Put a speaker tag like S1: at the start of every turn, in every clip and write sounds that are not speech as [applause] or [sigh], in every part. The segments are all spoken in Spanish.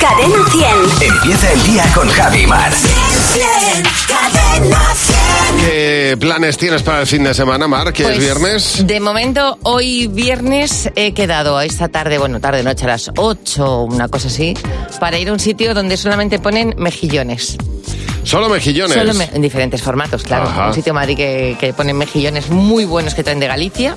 S1: Cadena 100.
S2: Empieza el día con Javi Mar.
S1: Cadena 100.
S3: ¿Qué planes tienes para el fin de semana, Mar? Que es
S4: Pues,
S3: viernes.
S4: De momento, hoy viernes he quedado a esta tarde, bueno, tarde, noche, a las 8, una cosa así, para ir a un sitio donde solamente ponen mejillones.
S3: Solo mejillones.
S4: Solo me- en diferentes formatos, claro.
S3: Ajá.
S4: Un sitio en Madrid que, que ponen mejillones muy buenos que traen de Galicia.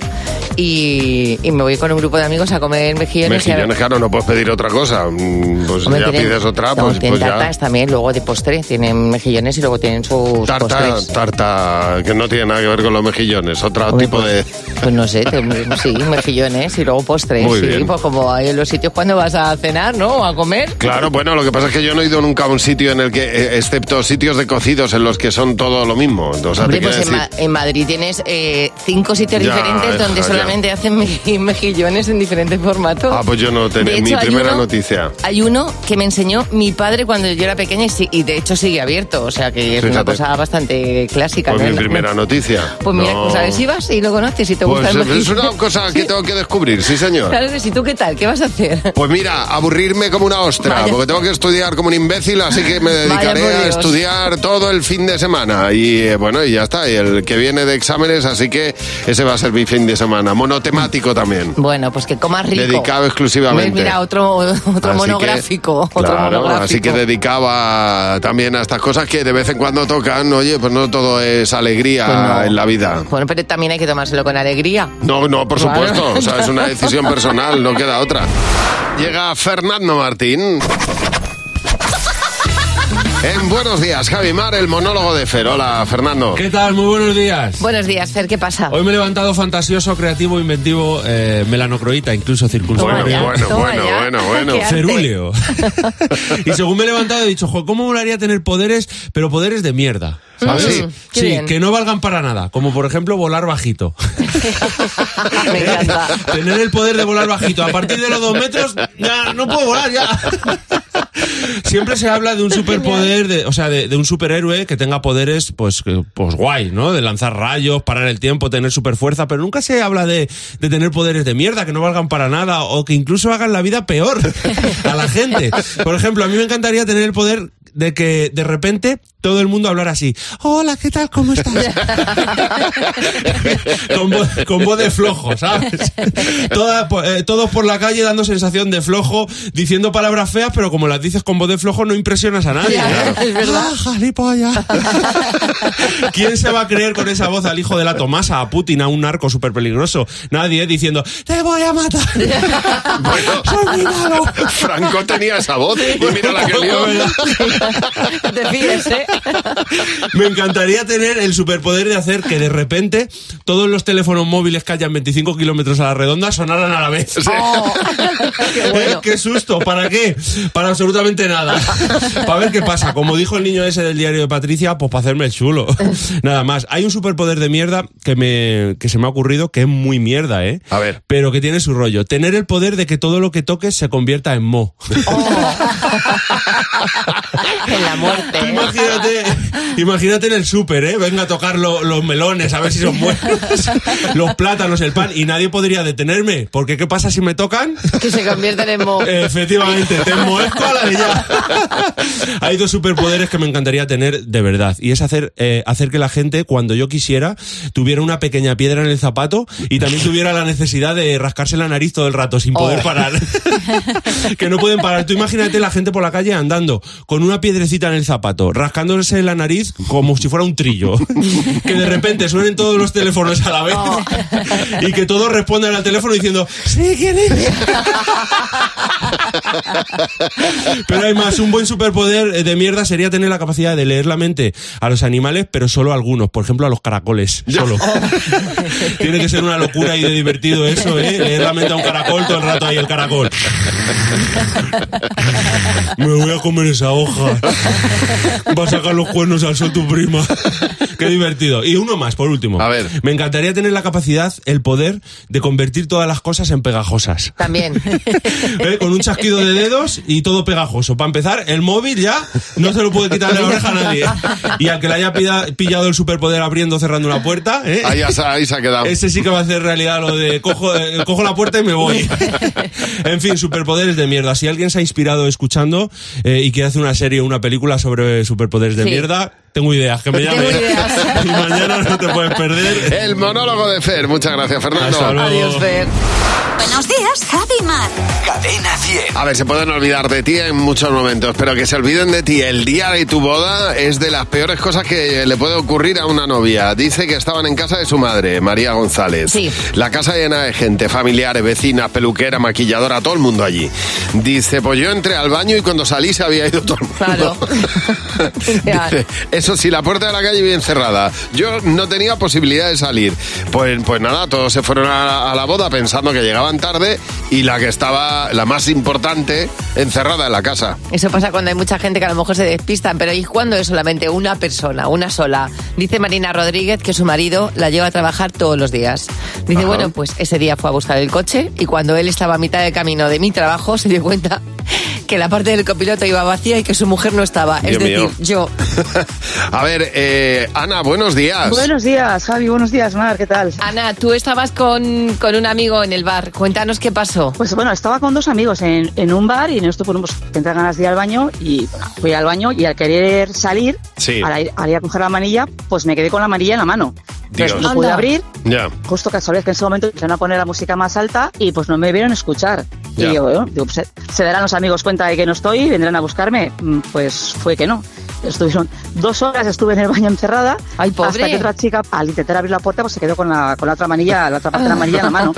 S4: Y, y me voy con un grupo de amigos a comer mejillones. y a ver-
S3: Mejillones, claro, no puedes pedir otra cosa. Mm, Pues
S4: Hombre,
S3: ya
S4: tienen-
S3: pides otra,
S4: no,
S3: pues,
S4: tienen
S3: pues ya.
S4: tartas también, luego de postre, tienen mejillones y luego tienen sus
S3: Tarta,
S4: postres.
S3: tarta, que no tiene nada que ver con los mejillones. Otro
S4: Hombre,
S3: tipo de.
S4: Pues no sé, te- sí, mejillones y luego postres.
S3: Muy
S4: sí,
S3: bien.
S4: pues como hay en los sitios cuando vas a cenar, ¿no? O a comer.
S3: Claro, bueno, lo que pasa es que yo no he ido nunca a un sitio en el que, eh, excepto sitios de cocidos en los que son todo lo mismo. O sea, te
S4: Hombre,
S3: quiero
S4: pues en,
S3: decir-
S4: Ma- en Madrid tienes eh, cinco sitios
S3: Ya,
S4: diferentes donde
S3: hija, ya.
S4: solamente hacen meji- [laughs] mejillones en diferentes formatos.
S3: Ah, pues yo no
S4: De
S3: tenía mi
S4: hecho, hay
S3: primera
S4: uno-
S3: noticia.
S4: Hay uno que me enseñó mi padre cuando yo era pequeña y, si- y de hecho sigue abierto, o sea que es una
S3: Fíjate.
S4: cosa bastante clásica.
S3: Pues
S4: ¿no?
S3: mi primera noticia.
S4: Pues mira,
S3: No.
S4: pues a ver si vas y lo conoces y te gusta
S3: Pues
S4: el
S3: es
S4: mejillón.
S3: una cosa que tengo que descubrir, sí
S4: [laughs]
S3: señor.
S4: Claro que sí, ¿tú qué tal? ¿Qué vas a hacer?
S3: Pues mira, aburrirme como una ostra,
S4: Vaya.
S3: porque tengo que estudiar como un imbécil, así que me
S4: [laughs] Vaya
S3: dedicaré
S4: por
S3: a
S4: Dios.
S3: estudiar todo el fin de semana. Y eh, bueno, y ya está, y el que viene de exámenes, así que ese va a ser mi fin de semana. Monotemático también.
S4: Bueno, pues que comas rico.
S3: Dedicado exclusivamente.
S4: Pues Mira, otro, otro
S3: Así que-
S4: monográfico. otro
S3: claro,
S4: monográfico.
S3: así que dedicaba también a estas cosas que de vez en cuando tocan. Oye, pues no todo es alegría
S4: Pues no.
S3: en la vida.
S4: Bueno, pero también hay que tomárselo con alegría.
S3: No, no, por
S4: Claro.
S3: supuesto. O sea, es una decisión personal, no queda otra. Llega Fernando Martín. En Buenos Días, Javi Mar, el monólogo de Fer. Hola, Fernando.
S5: ¿Qué tal? Muy buenos días.
S4: Buenos días, Fer, ¿qué pasa?
S5: Hoy me he levantado fantasioso, creativo, inventivo, eh, melanocroíta, incluso
S4: Toma
S3: Bueno,
S4: ya,
S5: circunstancial.
S3: bueno,
S4: toma
S3: bueno,
S4: ya.
S3: bueno, bueno.
S4: Qué arte. [laughs]
S5: Cerúleo. y según me he levantado he dicho, jo, ¿cómo molaría tener poderes, pero poderes de mierda? ¿Sabes?
S3: ¿Ah, sí?
S5: sí,
S4: Qué bien.
S5: que no valgan para nada, como por ejemplo volar bajito.
S4: [laughs] Me encanta.
S5: [laughs] Tener el poder de volar bajito. A partir de los dos metros, ya no puedo volar, ya. Siempre se habla
S4: [laughs]
S5: de un superpoder, de, o sea, de, de un superhéroe que tenga poderes, pues, que- pues guay, ¿no? De lanzar rayos, parar el tiempo, tener superfuerza, pero nunca se habla de, de tener poderes de mierda que no valgan para nada o que incluso hagan la vida peor a la gente. Por ejemplo, a mí me encantaría tener el poder de que de repente todo el mundo hablara así. Hola, ¿qué tal? ¿Cómo estás? con, voz, con voz de flojo, [laughs] ¿sabes? Toda- po- eh, todos por la calle dando sensación de flojo, diciendo palabras feas, pero como las dices con voz de flojo no impresionas a nadie.
S4: Ya, es verdad.
S5: Ah, gilipollas. ¿Quién se va a creer con esa voz al hijo de la Tomasa, a Putin, a un narco súper peligroso? Nadie diciendo, te voy a [laughs] matar. [laughs] Soy muy malo.
S3: Franco tenía esa
S5: [laughs]
S3: voz Pues y mira la que lió.
S4: Te fíes, ¿eh?
S5: Me encantaría tener el superpoder de hacer que de repente todos los teléfonos móviles que hayan 25 kilómetros a la redonda sonaran a la vez.
S4: Oh,
S5: [laughs]
S4: qué
S5: ¿Eh?
S4: bueno.
S5: Qué susto, ¿para qué? Para absolutamente nada. Para ver qué pasa. Como dijo el niño ese del diario de Patricia, pues para hacerme el chulo. Nada más. Hay un superpoder de mierda que, me, que se me ha ocurrido que es muy mierda, ¿eh?
S3: A ver.
S5: Pero que tiene su rollo. Tener el poder de que todo lo que toques se convierta en [laughs] mo.
S4: [laughs] En la muerte.
S5: Tú Imagínate, imagínate en el súper, ¿eh? Venga a tocar lo- los melones, a ver si son buenos. Los plátanos, el pan. Y nadie podría detenerme. Porque ¿qué pasa si me tocan?
S4: Que se convierten en mo.
S5: Eh, Efectivamente, te molesco a la de ya. Hay dos superpoderes que me encantaría tener de verdad. Y es hacer, eh, hacer que la gente, cuando yo quisiera, tuviera una pequeña piedra en el zapato y también tuviera la necesidad de rascarse la nariz todo el rato sin poder
S4: Oh.
S5: parar. que no pueden parar. Tú imagínate la gente por la calle andando con una piedrecita en el zapato, rascándose la nariz como si fuera un trillo. que de repente suenen todos los teléfonos a la vez
S6: Oh.
S4: Oh.
S5: y que todos respondan al teléfono diciendo, sí, ¿quién es?
S4: [laughs]
S5: Pero hay más, un buen superpoder eh, de mierda sería tener la capacidad de leer la mente a los animales, pero solo a algunos, por ejemplo a los caracoles,
S3: [laughs]
S5: solo. Tiene que ser una locura y de divertido eso, ¿eh? Leer la mente a un caracol todo el rato ahí el caracol. Me voy a comer esa hoja. Va a sacar los cuernos al sol tu prima. Qué divertido. Y uno más, por último.
S3: A ver.
S5: Me encantaría tener la capacidad, el poder de convertir todas las cosas en pegajosas.
S4: También.
S5: [laughs] ¿Eh? con un chasquido de dedos y todo pegajoso. Para empezar, el móvil ya no se lo puede quitar de la oreja a nadie. Y al que le haya pida- pillado el superpoder abriendo o cerrando una puerta, ¿eh?
S3: Ahí, se- ahí se ha quedado.
S5: ese sí que va a hacer realidad lo de cojo, eh, cojo la puerta y me voy. En fin, superpoderes de mierda. Si alguien se ha inspirado escuchando, ejemplo, eh, y quiere hacer una serie o una película sobre superpoderes de
S4: Sí.
S5: mierda, tengo ideas, que me
S4: Tengo
S5: llamen.
S4: ideas.
S5: y mañana no te puedes perder.
S3: El monólogo de Fer. Muchas gracias,
S5: Hasta
S3: Fernando.
S5: luego.
S4: Adiós, Fer.
S1: Buenos días, Javi y Mar.
S4: [laughs]
S6: Cadena 100.
S3: A ver, se pueden olvidar de ti en muchos momentos, pero que se olviden de ti el día de tu boda es de las peores cosas que le puede ocurrir a una novia. Dice que estaban en casa de su madre, María González.
S4: Sí.
S3: La casa llena de gente, familiares, vecinas, peluquera, maquilladora, todo el mundo allí. Dice, pues yo entré al baño y cuando salí se había ido todo el mundo.
S4: Claro.
S3: [laughs] Dice, [laughs] eso sí, la puerta de la calle bien cerrada. Yo no tenía posibilidad de salir. Pues, pues nada, todos se fueron a la, a la boda pensando que llegaban tarde y la que estaba, la más importante, encerrada en la casa.
S4: Eso pasa cuando hay mucha gente que a lo mejor se despistan, pero ¿y cuando es solamente una persona, una sola? Dice Marina Rodríguez que su marido la lleva a trabajar todos los días. Dice,
S3: Ajá.
S4: bueno, pues ese día fue a buscar el coche y cuando él estaba a mitad de camino de mi trabajo se dio cuenta [laughs] que la parte del copiloto iba vacía y que su mujer no estaba. es
S3: Dios
S4: decir,
S3: mío.
S4: yo.
S3: a ver, eh, Ana, buenos días.
S7: Buenos días, Javi. Buenos días, Mar. ¿Qué tal?
S4: Ana, tú estabas con, con un amigo en el bar. Cuéntanos qué pasó.
S7: Pues bueno, estaba con dos amigos en, en un bar y en esto ponemos tendrá ganas de ir al baño y bueno, fui al baño y al querer salir,
S3: Sí.
S7: al, ir, al ir a coger la manilla, pues me quedé con la manilla en la mano. Entonces,
S3: Dios.
S7: no pude
S4: Anda.
S7: abrir,
S3: Ya.
S7: justo casualidad que en ese momento empezaron a poner la música más alta y pues no me vieron escuchar.
S3: Ya.
S7: Y yo, bueno, digo, pues, se- se darán los amigos cuenta de que no estoy y vendrán a buscarme. Mm, Pues fue que no. Estuvieron dos horas estuve en el baño encerrada
S4: Ay, pobre.
S7: hasta que otra chica al intentar abrir la puerta pues se quedó con la, con la otra manilla, la otra parte de la manilla en la mano.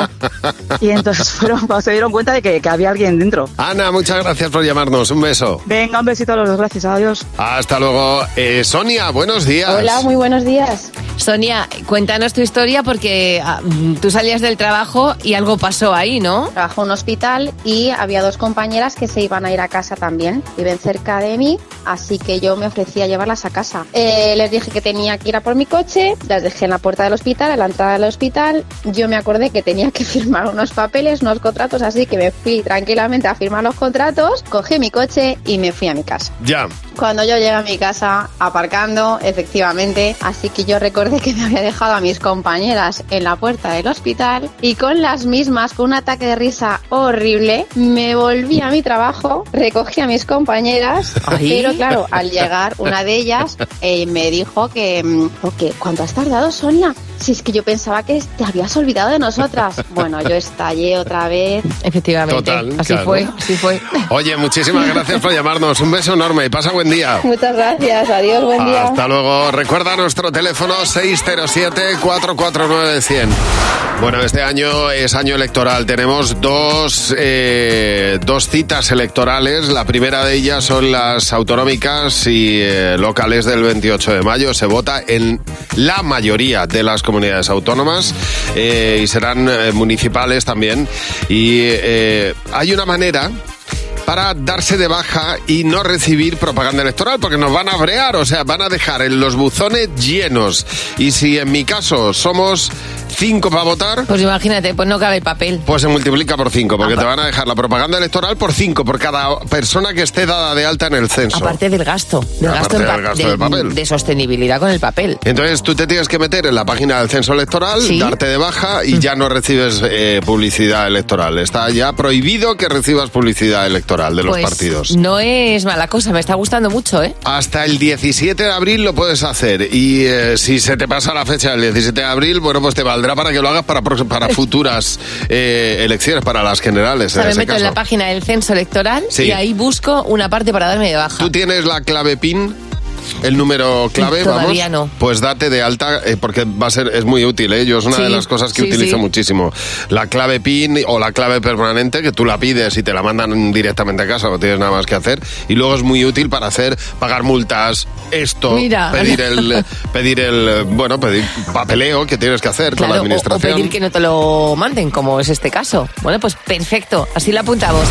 S7: Y entonces fueron [laughs] cuando se dieron cuenta de que, que había alguien dentro.
S3: Ana, muchas gracias por llamarnos. Un beso.
S7: Venga, un besito a los dos, gracias, adiós.
S3: Hasta luego. Eh, Sonia, buenos días.
S8: Hola, muy buenos días.
S4: Sonia, cuéntanos tu historia porque ah, mm, tú salías del trabajo y algo pasó ahí, ¿no?
S8: Trabajo en un hospital y había dos compañeras que se iban a ir a casa también. Viven cerca de mí, así que yo me ofrecí a llevarlas a casa. Eh, les dije que tenía que ir a por mi coche, las dejé en la puerta del hospital, a la entrada del hospital. Yo me acordé que tenía que [laughs] firmar unos papeles, unos contratos, así que me fui tranquilamente a firmar los contratos, cogí mi coche y me fui a mi casa.
S3: Ya.
S8: Cuando yo llegué a mi casa, aparcando, efectivamente, así que yo recordé que me había dejado a mis compañeras en la puerta del hospital y con las mismas, con un ataque de risa horrible, me volví a mi trabajo, recogí a mis compañeras,
S4: Ay.
S8: pero claro, al llegar una de ellas eh, me dijo que, mm, "Oh, que, ¿cuánto has tardado, Sonia? Si es que yo pensaba que te habías olvidado de nosotras. Bueno, yo estallé otra vez,
S4: Efectivamente.
S3: Total,
S4: así
S3: claro.
S4: fue, así fue.
S3: Oye, muchísimas gracias por llamarnos. Un beso enorme y pasa buen día.
S8: Muchas gracias, adiós, buen día.
S3: Hasta luego. Recuerda nuestro teléfono 607-449-100. Bueno, este año es año electoral. Tenemos dos, eh, dos citas electorales. La primera de ellas son las autonómicas y eh, locales del 28 de mayo. Se vota en la mayoría de las comunidades autónomas eh, y serán eh, municipales también. Y eh, hay una manera para darse de baja y no recibir propaganda electoral, porque nos van a brear, o sea, van a dejar en los buzones llenos. Y si en mi caso somos cinco para votar,
S4: Pues imagínate, pues no cabe el papel.
S3: pues se multiplica por cinco, porque te van a dejar la propaganda electoral por cinco, por cada persona que esté dada de alta en el censo.
S4: Aparte del gasto, del gasto,
S3: Aparte
S4: en
S3: del
S4: pa-
S3: gasto
S4: de,
S3: del papel.
S4: de sostenibilidad con el papel.
S3: Entonces tú te tienes que meter en la página del censo electoral,
S4: Sí. Mm.
S3: darte de baja y ya no recibes eh, publicidad electoral. Está ya prohibido que recibas publicidad electoral de los
S4: pues
S3: partidos.
S4: no es mala cosa, me está gustando mucho, ¿eh?
S3: Hasta el 17 de abril lo puedes hacer y eh, si se te pasa la fecha del 17 de abril, bueno, pues te valdrá para que lo hagas para, prox- para futuras eh, elecciones, para las
S4: O
S3: generales.
S4: sea,
S3: en
S4: me
S3: ese
S4: meto en
S3: caso.
S4: la página del censo electoral
S3: Sí.
S4: y ahí busco una parte para darme de baja.
S3: ¿Tú tienes la clave PIN? El número clave,
S4: Todavía
S3: vamos.
S4: no.
S3: Pues date de alta eh, porque va a ser es muy útil, ¿eh? Yo es una
S4: Sí,
S3: de las cosas que
S4: sí,
S3: utilizo
S4: sí.
S3: muchísimo. La clave PIN o la clave permanente que tú la pides y te la mandan directamente a casa, no tienes nada más que hacer y luego es muy útil para hacer pagar multas, esto,
S4: Mira.
S3: pedir el pedir el bueno, pedir papeleo que tienes que hacer con
S4: Claro,
S3: la
S4: o- o,
S3: administración.
S4: pedir que no te lo manden, como es este caso. Bueno, pues perfecto, así lo apuntamos.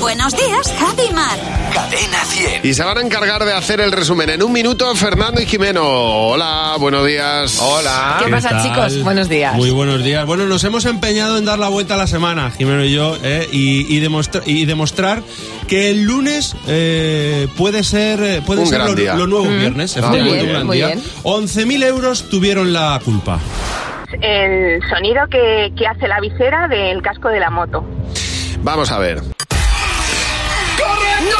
S1: Buenos días, Javi y Mar.
S6: Cadena 100.
S3: Y se van a encargar de hacer el resumen en un minuto Fernando y Jimeno. Hola, buenos días.
S5: Hola.
S4: ¿Qué pasa, chicos? Buenos días.
S5: Muy buenos días. Bueno, nos hemos empeñado en dar la vuelta a la semana, Jimeno y yo, ¿eh? y, y demostra- y demostrar que el lunes eh, puede ser, eh, puede
S3: Un
S5: ser
S3: gran
S5: lo,
S3: día.
S5: lo nuevo viernes. efectivamente,
S4: bien,
S5: un gran
S4: Mm. muy
S5: día.
S4: bien.
S5: 11.000 euros tuvieron la culpa.
S9: el sonido que, que hace la visera del casco de la moto.
S3: Vamos a ver.
S6: ¡Correcto!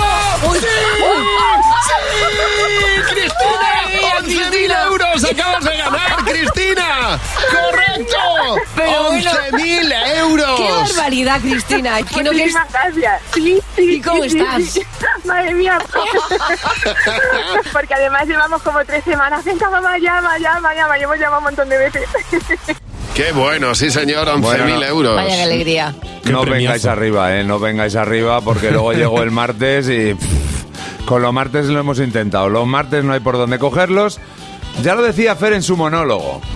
S4: ¡Oh, ¡Oh,
S3: ¡11.000 euros acabas de ganar, Cristina! ¡Correcto!
S4: Pero bueno.
S3: ¡11.000 euros!
S4: ¡Qué barbaridad, Cristina! Es que no que es-
S10: Muchísimas gracias. Sí, sí.
S4: ¿Y cómo
S10: sí, sí,
S4: estás?
S10: sí. Madre mía.
S7: [laughs]
S10: Porque además llevamos como tres semanas. Venga, mamá, llama, llama, llama. Y hemos llamado un montón de veces.
S3: ¡Qué bueno! Sí, señor, 11.000
S11: Bueno.
S3: euros.
S6: Vaya
S3: [laughs]
S6: qué alegría.
S5: Qué
S11: No
S5: premiazo.
S11: vengáis arriba, ¿eh? No vengáis arriba porque luego llegó el martes y... pff, con los martes lo hemos intentado. Los martes no hay por dónde cogerlos. Ya lo decía Fer en su monólogo. [laughs]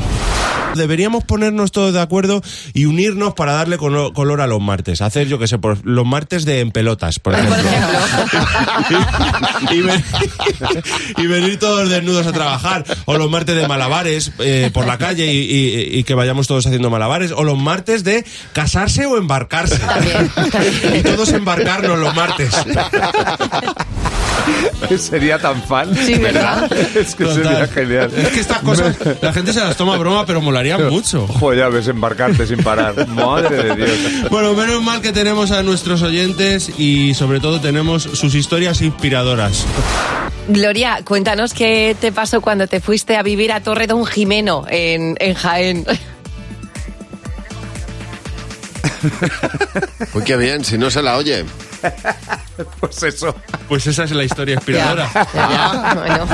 S5: Deberíamos ponernos todos de acuerdo y unirnos para darle colo- color a los martes. Hacer, yo que sé, por- los martes de en pelotas, por ejemplo. y, ven- y venir todos desnudos a trabajar. O los martes de malabares eh, por la calle y, y- y que vayamos todos haciendo malabares. O los martes de casarse o embarcarse.
S6: También.
S5: y todos embarcarnos los
S3: [laughs]
S5: martes.
S11: Sería tan fan.
S6: Sí, ¿verdad?
S11: [laughs] Es que sería
S5: Total.
S11: genial.
S5: Es que estas cosas la gente se las toma a broma, pero
S11: [laughs]
S5: molaría mucho.
S11: Ojo, ya ves embarcarte
S6: [laughs]
S11: sin parar. Madre de Dios.
S5: Bueno, menos mal que tenemos a nuestros oyentes y sobre todo tenemos sus historias inspiradoras.
S6: Gloria, cuéntanos qué te pasó cuando te fuiste a vivir a Torre Don Jimeno en, en Jaén. [laughs]
S3: Uy, qué bien, si no se la oye.
S11: [laughs] Pues eso.
S5: Pues esa es la historia inspiradora.
S6: Ya, ya, Ah, bueno.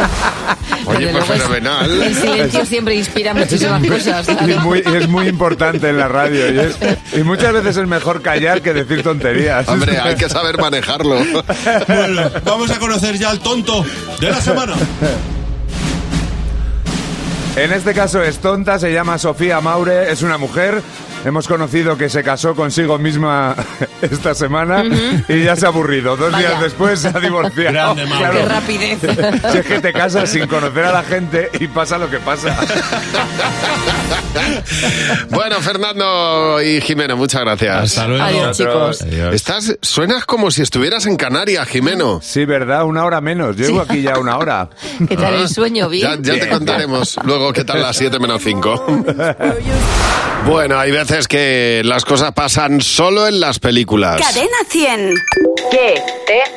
S3: Oye, pues
S6: Desde luego es-
S3: fenomenal.
S6: El silencio siempre inspira muchísimas cosas.
S11: Y
S6: claro.
S11: [laughs] muy- y es muy importante en la radio. Y, es- y muchas veces es mejor callar que decir tonterías.
S3: Hombre, hay que saber manejarlo.
S5: Bueno, vamos a conocer ya al tonto de la semana.
S11: En este caso es tonta, se llama Sofía Maure, es una mujer. Hemos conocido que se casó consigo misma [laughs] esta semana y ya se ha aburrido. Dos
S6: Vaya.
S11: días después se ha divorciado.
S5: Grande, Maure.
S6: Qué rapidez.
S11: Si es que te casas sin conocer a la gente y pasa lo que pasa.
S3: Bueno, Fernando y Jimeno, muchas gracias.
S5: Hasta luego.
S6: Adiós, chicos.
S3: Estás, suenas como si estuvieras en Canarias, Jimeno.
S11: Sí, ¿verdad? Una hora menos. Llevo aquí ya una hora.
S6: ¿Qué tal el sueño?
S3: Ya,
S6: ¿Bien?
S3: ya te contaremos luego qué tal las 7 menos
S6: [laughs]
S3: 5. Bueno, hay veces que las cosas pasan solo en las películas.
S1: Cadena 100.
S4: ¿Qué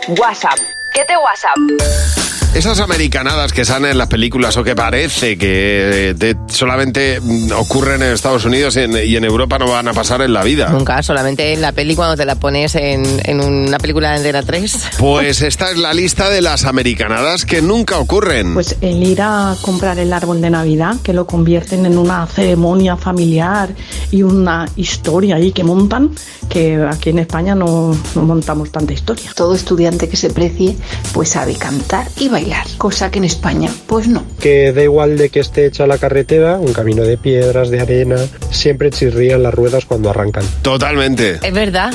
S4: te WhatsApp? ¿Qué te WhatsApp?
S3: Esas americanadas que salen en las películas o que parece que eh, de- solamente mm, ocurren en Estados Unidos y en, y en Europa no van a pasar en la vida.
S6: Nunca, solamente en la peli cuando te la pones en, en una película de Antena 3.
S3: Pues esta es la lista de las americanadas que nunca ocurren.
S12: Pues el ir a comprar el árbol de Navidad, que lo convierten en una ceremonia familiar y una historia ahí que montan, que aquí en España no, no montamos tanta historia.
S4: Todo estudiante que se precie, pues sabe cantar y bailar, cosa que en España, pues no.
S13: que da igual de que esté hecha la carretera, un camino de piedras, de arena, siempre chirrían las ruedas cuando arrancan.
S3: Totalmente.
S6: Es verdad.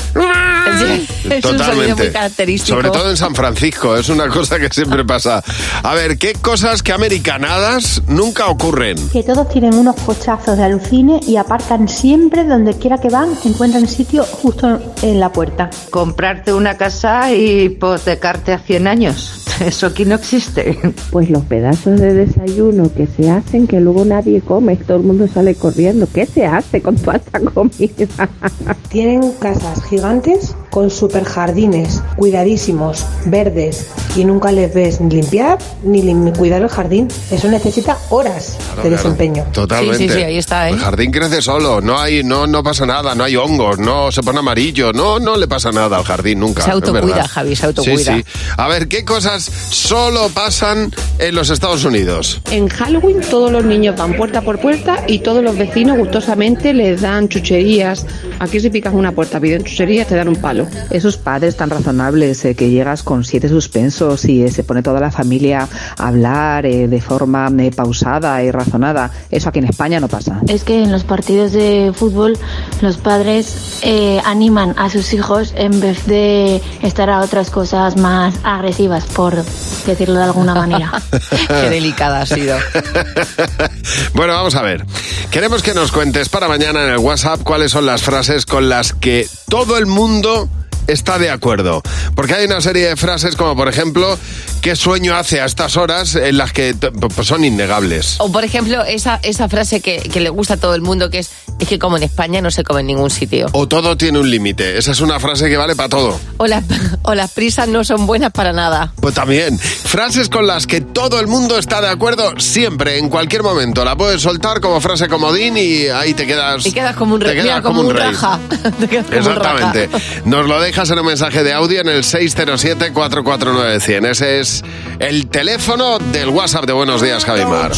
S6: Sí, es un sonido muy característico.
S3: Ah. Sobre todo en San Francisco, es una cosa que siempre pasa. A ver, ¿qué cosas que americanadas nunca ocurren?
S12: Que todos tienen unos cochazos de alucine y aparcan siempre donde quiera que van, encuentran sitio justo en la puerta.
S4: Comprarte una casa y hipotecarte a 100 años. [laughs] Eso aquí no existe.
S12: Pues los pedazos de desayuno que se hacen, que luego nadie come, todo el mundo sale corriendo. ¿Qué se hace con toda esta comida? [laughs]
S4: Tienen casas gigantes con super jardines, cuidadísimos, verdes, y nunca les ves ni limpiar ni lim- cuidar el jardín. Eso necesita horas de desempeño.
S3: Totalmente.
S6: Sí, sí, sí, ahí está, ¿eh?
S3: El jardín crece solo, no hay, no, no pasa nada, no hay hongos, no se pone amarillo, no, no le pasa nada al jardín nunca.
S6: Se
S3: es
S6: autocuida,
S3: verdad.
S6: Javi, se autocuida.
S3: Sí, sí. A ver, ¿qué cosas solo pasan en los Estados Unidos?
S12: En Halloween todos los niños van puerta por puerta y todos los vecinos gustosamente les dan chucherías. Aquí si picas una puerta, piden chucherías, te dan un palo.
S4: Esos padres tan razonables eh, que llegas con siete suspensos y eh, se pone toda la familia a hablar eh, de forma eh, pausada y razonada, eso aquí en España no pasa.
S12: Es que en los partidos de fútbol los padres eh, animan a sus hijos en vez de estar a otras cosas más agresivas, por decirlo de alguna manera.
S6: Qué delicada ha sido.
S3: bueno, vamos a ver. Queremos que nos cuentes para mañana en el WhatsApp cuáles son las frases con las que todo el mundo está de acuerdo. Porque hay una serie de frases como, por ejemplo, ¿Qué sueño hace a estas horas en las que t- pues son innegables?
S4: O por ejemplo, esa, esa frase que, que le gusta a todo el mundo, que es, es que como en España no se come en ningún sitio.
S3: O todo tiene un límite. Esa es una frase que vale para todo.
S4: O las, [laughs] o las prisas no son buenas para nada.
S3: Pues también, frases con las que todo el mundo está de acuerdo siempre, en cualquier momento. La puedes soltar como frase comodín y ahí te quedas.
S4: Y quedas como un
S3: Pues te
S4: rey.
S3: quedas
S4: Mira, como, un
S3: rey.
S4: raja. [laughs] Te quedas como un raja.
S3: [laughs] Exactamente. Nos lo dejas en un mensaje de audio en el 607-449-100. Ese es el teléfono del WhatsApp de Buenos Días, Javimar.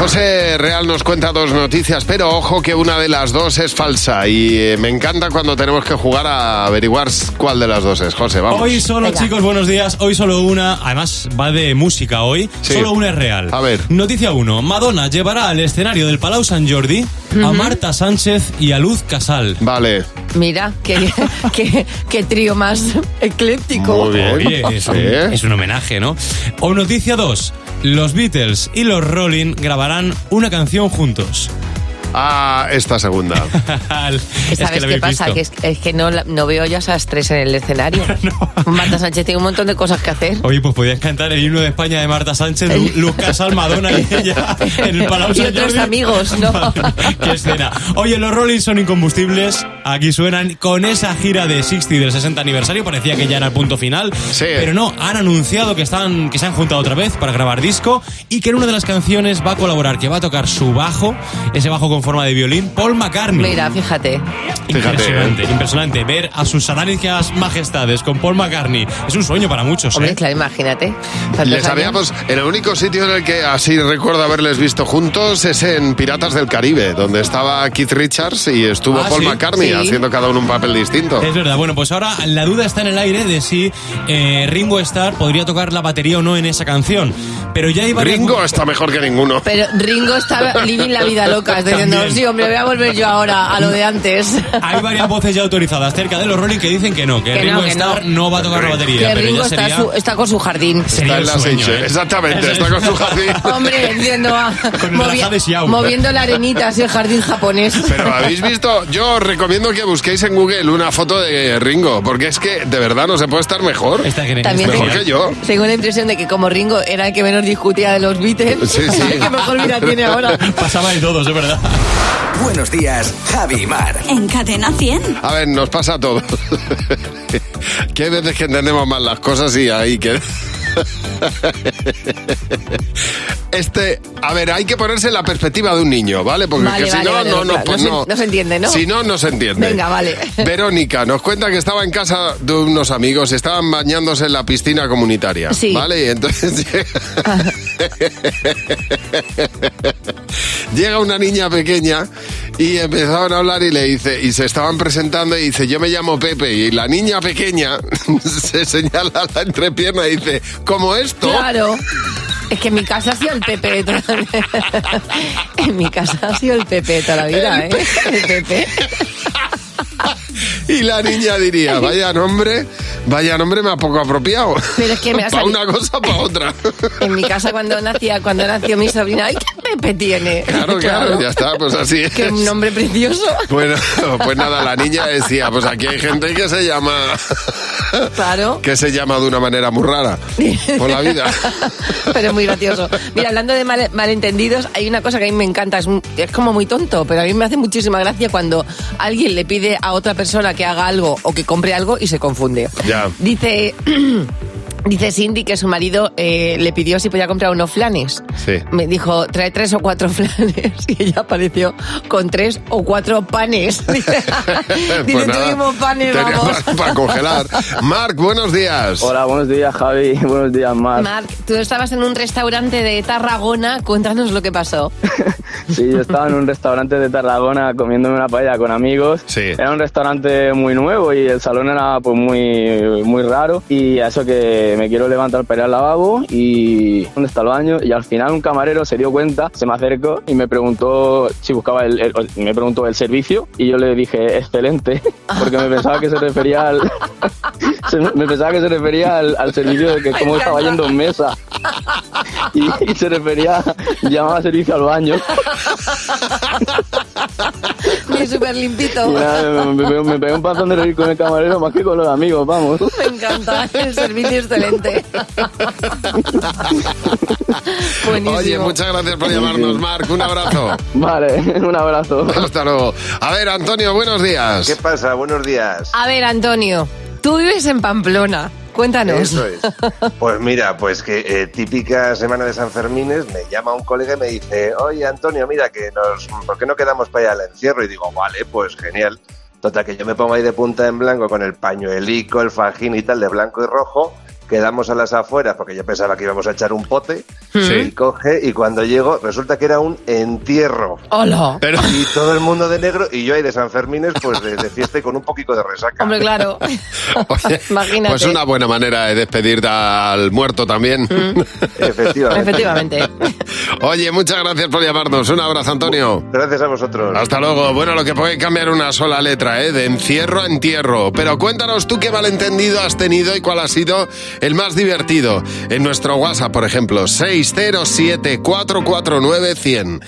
S3: José Real nos cuenta dos noticias, pero ojo que una de las dos es falsa. Y eh, me encanta cuando tenemos que jugar a averiguar cuál de las dos es. José, vamos.
S14: Hoy solo, chicos, buenos días. Hoy solo una, además va de música hoy.
S3: Sí.
S14: Solo una es real. A ver. Noticia 1. Madonna llevará al escenario del Palau San Jordi a Marta Sánchez y a Luz Casal.
S3: Vale.
S4: Mira, qué, [laughs] qué, qué trío más [laughs] ecléptico.
S14: Oye, es un, es un homenaje, ¿no? O noticia 2. Los Beatles y los Rolling grabarán una canción juntos.
S3: Ah, esta
S14: [laughs]
S3: segunda.
S14: Es que
S4: ¿Sabes
S14: la
S4: qué
S14: habéis
S4: pasa?
S14: visto.
S4: Que es, es que no, la- no veo yo a esas tres en el
S14: [laughs]
S4: escenario. Marta Sánchez tiene un montón de cosas que hacer.
S14: Oye, pues podías cantar el himno de España de Marta Sánchez, Lu- Luz Casal,
S4: [laughs]
S14: Madonna y ella en el Palau
S4: y
S14: San
S4: otros
S14: Jordi.
S4: amigos, ¿no?
S14: Qué escena. Oye, los Rolling son incombustibles. Aquí suenan con esa gira de 60 del 60 aniversario. Parecía que ya era el punto final. Pero no, han anunciado que, están, que se han juntado otra vez para grabar disco y que en una de las canciones va a colaborar, que va a tocar su bajo, ese bajo con forma de violín, Paul McCartney.
S4: Mira, fíjate.
S14: Impresionante, impresionante. Ver a sus sanánicas majestades con Paul McCartney es un sueño para muchos.
S4: Hombre,
S14: ¿eh?
S4: claro, imagínate. Tantos
S3: Les
S4: años.
S3: habíamos, en el único sitio en el que así recuerdo haberles visto juntos es en Piratas del Caribe, donde estaba Keith Richards y estuvo
S14: Ah,
S3: Paul
S14: sí.
S3: McCartney
S14: Sí.
S3: haciendo cada uno un papel distinto.
S14: Es verdad, bueno, pues ahora la duda está en el aire de si eh, Ringo Starr podría tocar la batería o no en esa canción. Pero ya hay varias...
S3: Ringo está mejor que ninguno.
S4: Pero Ringo está living la vida loca, está diciendo,
S14: También. Ah,
S4: sí, hombre, voy a volver yo ahora a lo de antes.
S14: Hay varias voces ya autorizadas cerca de los Rolling que dicen que no, que,
S4: Que no,
S14: Ringo
S4: que no.
S14: Starr no. va a tocar la batería.
S4: que
S14: pero
S4: Ringo
S14: ya
S4: está,
S14: sería...
S4: su- está con su jardín.
S14: sería el sueño, ¿eh?
S3: Exactamente,
S14: Eso
S3: está
S14: es.
S3: con su jardín.
S4: Hombre, diciendo, ah,
S14: Con el rajá de Xiao.
S4: moviendo la arenita, es el jardín japonés.
S3: Pero habéis visto, yo os recomiendo que busquéis en Google una foto de Ringo, porque es que de verdad no se puede estar mejor.
S4: También
S3: mejor
S4: tengo,
S3: que yo.
S4: tengo la impresión de que como Ringo era el que menos discutía de los Beatles, [laughs]
S3: Sí, sí.
S4: el que mejor vida tiene ahora.
S14: [laughs] Pasaba de todos, es verdad.
S2: Buenos días, Javi y Mar.
S1: En Cadena 100.
S3: A ver, nos pasa a todos. [laughs] que hay veces que entendemos mal las cosas y ahí que... [laughs] Este, a ver, hay que ponerse en la perspectiva de un niño, ¿vale? Porque
S4: Vale,
S3: que si
S4: vale,
S3: no,
S4: vale,
S3: no,
S4: vale,
S3: no,
S4: claro,
S3: pues
S4: no se-
S3: no.
S4: no se entiende, ¿no?
S3: Si no, no se entiende.
S4: Venga, vale.
S3: [laughs] Verónica nos cuenta que estaba en casa de unos amigos, estaban bañándose en la piscina comunitaria.
S4: Sí.
S3: ¿Vale? Y entonces [laughs] llega una niña pequeña y empezaron a hablar y le dice, y se estaban presentando y dice, yo me llamo Pepe. Y la niña pequeña [laughs] se señala la entrepierna y dice, como esto.
S4: Claro. Es que en mi casa ha sido el Pepe de toda la vida. [laughs] En mi casa ha sido el Pepe de toda la vida, ¿eh? El Pepe.
S3: Y la niña diría, vaya nombre, vaya nombre más poco apropiado.
S4: Pero es que
S3: [laughs]
S4: me ha
S3: Para
S4: salido-
S3: una cosa, para otra.
S4: En mi casa cuando nacía, cuando nació mi sobrina, ¡ay, qué Pepe tiene! [laughs]
S3: Claro, claro, ya está, pues así
S4: Qué
S3: es.
S4: nombre precioso.
S3: [laughs] Bueno, pues nada, la niña decía, pues aquí hay gente que se
S4: [laughs]
S3: llama...
S4: Claro.
S3: Que se llama de una manera muy rara. Por la vida.
S4: [laughs] Pero es muy gracioso. Mira, hablando de mal- malentendidos, hay una cosa que a mí me encanta, es, un- es como muy tonto, pero a mí me hace muchísima gracia cuando alguien le pide a otra persona que haga algo o que compre algo y se confunde.
S3: Ya.
S4: Dice... [clears throat] Dice Cindy que su marido eh, le pidió si podía comprar unos flanes.
S3: Sí.
S4: Me dijo, trae tres o cuatro [laughs] flanes. Y ella apareció con tres o cuatro panes. [laughs]
S3: [laughs]
S4: Dice,
S3: Pues nada,
S4: tuvimos panes,
S3: teníamos
S4: vamos.
S3: Para congelar. Marc, buenos días.
S15: Hola, buenos días, Javi. [laughs] Buenos días, Mar.
S4: Marc, tú estabas en un restaurante de Tarragona, cuéntanos lo que pasó.
S15: [laughs] Sí, yo estaba en un restaurante de Tarragona comiéndome una paella con amigos. Era un restaurante muy nuevo y el salón era pues muy, muy raro. Y a eso que me quiero levantar para ir al lavabo y dónde está el baño. Y al final un camarero se dio cuenta, se me acercó y me preguntó si buscaba el, el- me preguntó el servicio y yo le dije excelente [laughs] porque me pensaba que se refería al [laughs] se- me pensaba que se refería al, al servicio de que cómo estaba yendo en mesa [laughs] y, y se refería llamaba servicio al baño
S4: Me supo súper limpito.
S15: Y nada, me, me- me pegué un pasón de reír con el camarero más que con los amigos, vamos.
S4: Me encanta, el servicio excelente. Buenísimo.
S3: Oye, muchas gracias por llamarnos, Marc. Un abrazo.
S15: [laughs] Vale, un abrazo.
S3: Hasta luego. A ver, Antonio, buenos días.
S16: ¿Qué pasa? Buenos días.
S4: A ver, Antonio, tú vives en Pamplona. Cuéntanos.
S16: Eso es. Pues mira, pues que eh, típica semana de San Fermines, me llama un colega y me dice, oye Antonio, mira que nos, ¿por qué no quedamos para ir al encierro? Y digo, vale, pues genial. Total, que yo me pongo ahí de punta en blanco con el pañuelico, el fajín y tal, de blanco y rojo. Quedamos a las afueras porque yo pensaba que íbamos a echar un pote. Y coge, y cuando llego, resulta que era un entierro.
S6: Oh.
S4: Hola.
S16: Y todo el mundo de negro, y yo ahí de San Fermines, pues de, de fiesta y con un poquito de resaca.
S4: Hombre,
S3: [laughs]
S4: claro. Imagínate.
S3: Pues una buena manera de despedir al muerto también.
S16: Efectivamente.
S4: Mm. Efectivamente.
S3: Oye, muchas gracias por llamarnos. Un abrazo, Antonio.
S16: Gracias a vosotros.
S3: Hasta luego. Bueno, lo que puede cambiar una sola letra, ¿eh? De encierro a entierro. Pero cuéntanos tú qué malentendido has tenido y cuál ha sido el más divertido. En nuestro WhatsApp, por ejemplo, 607-449-100.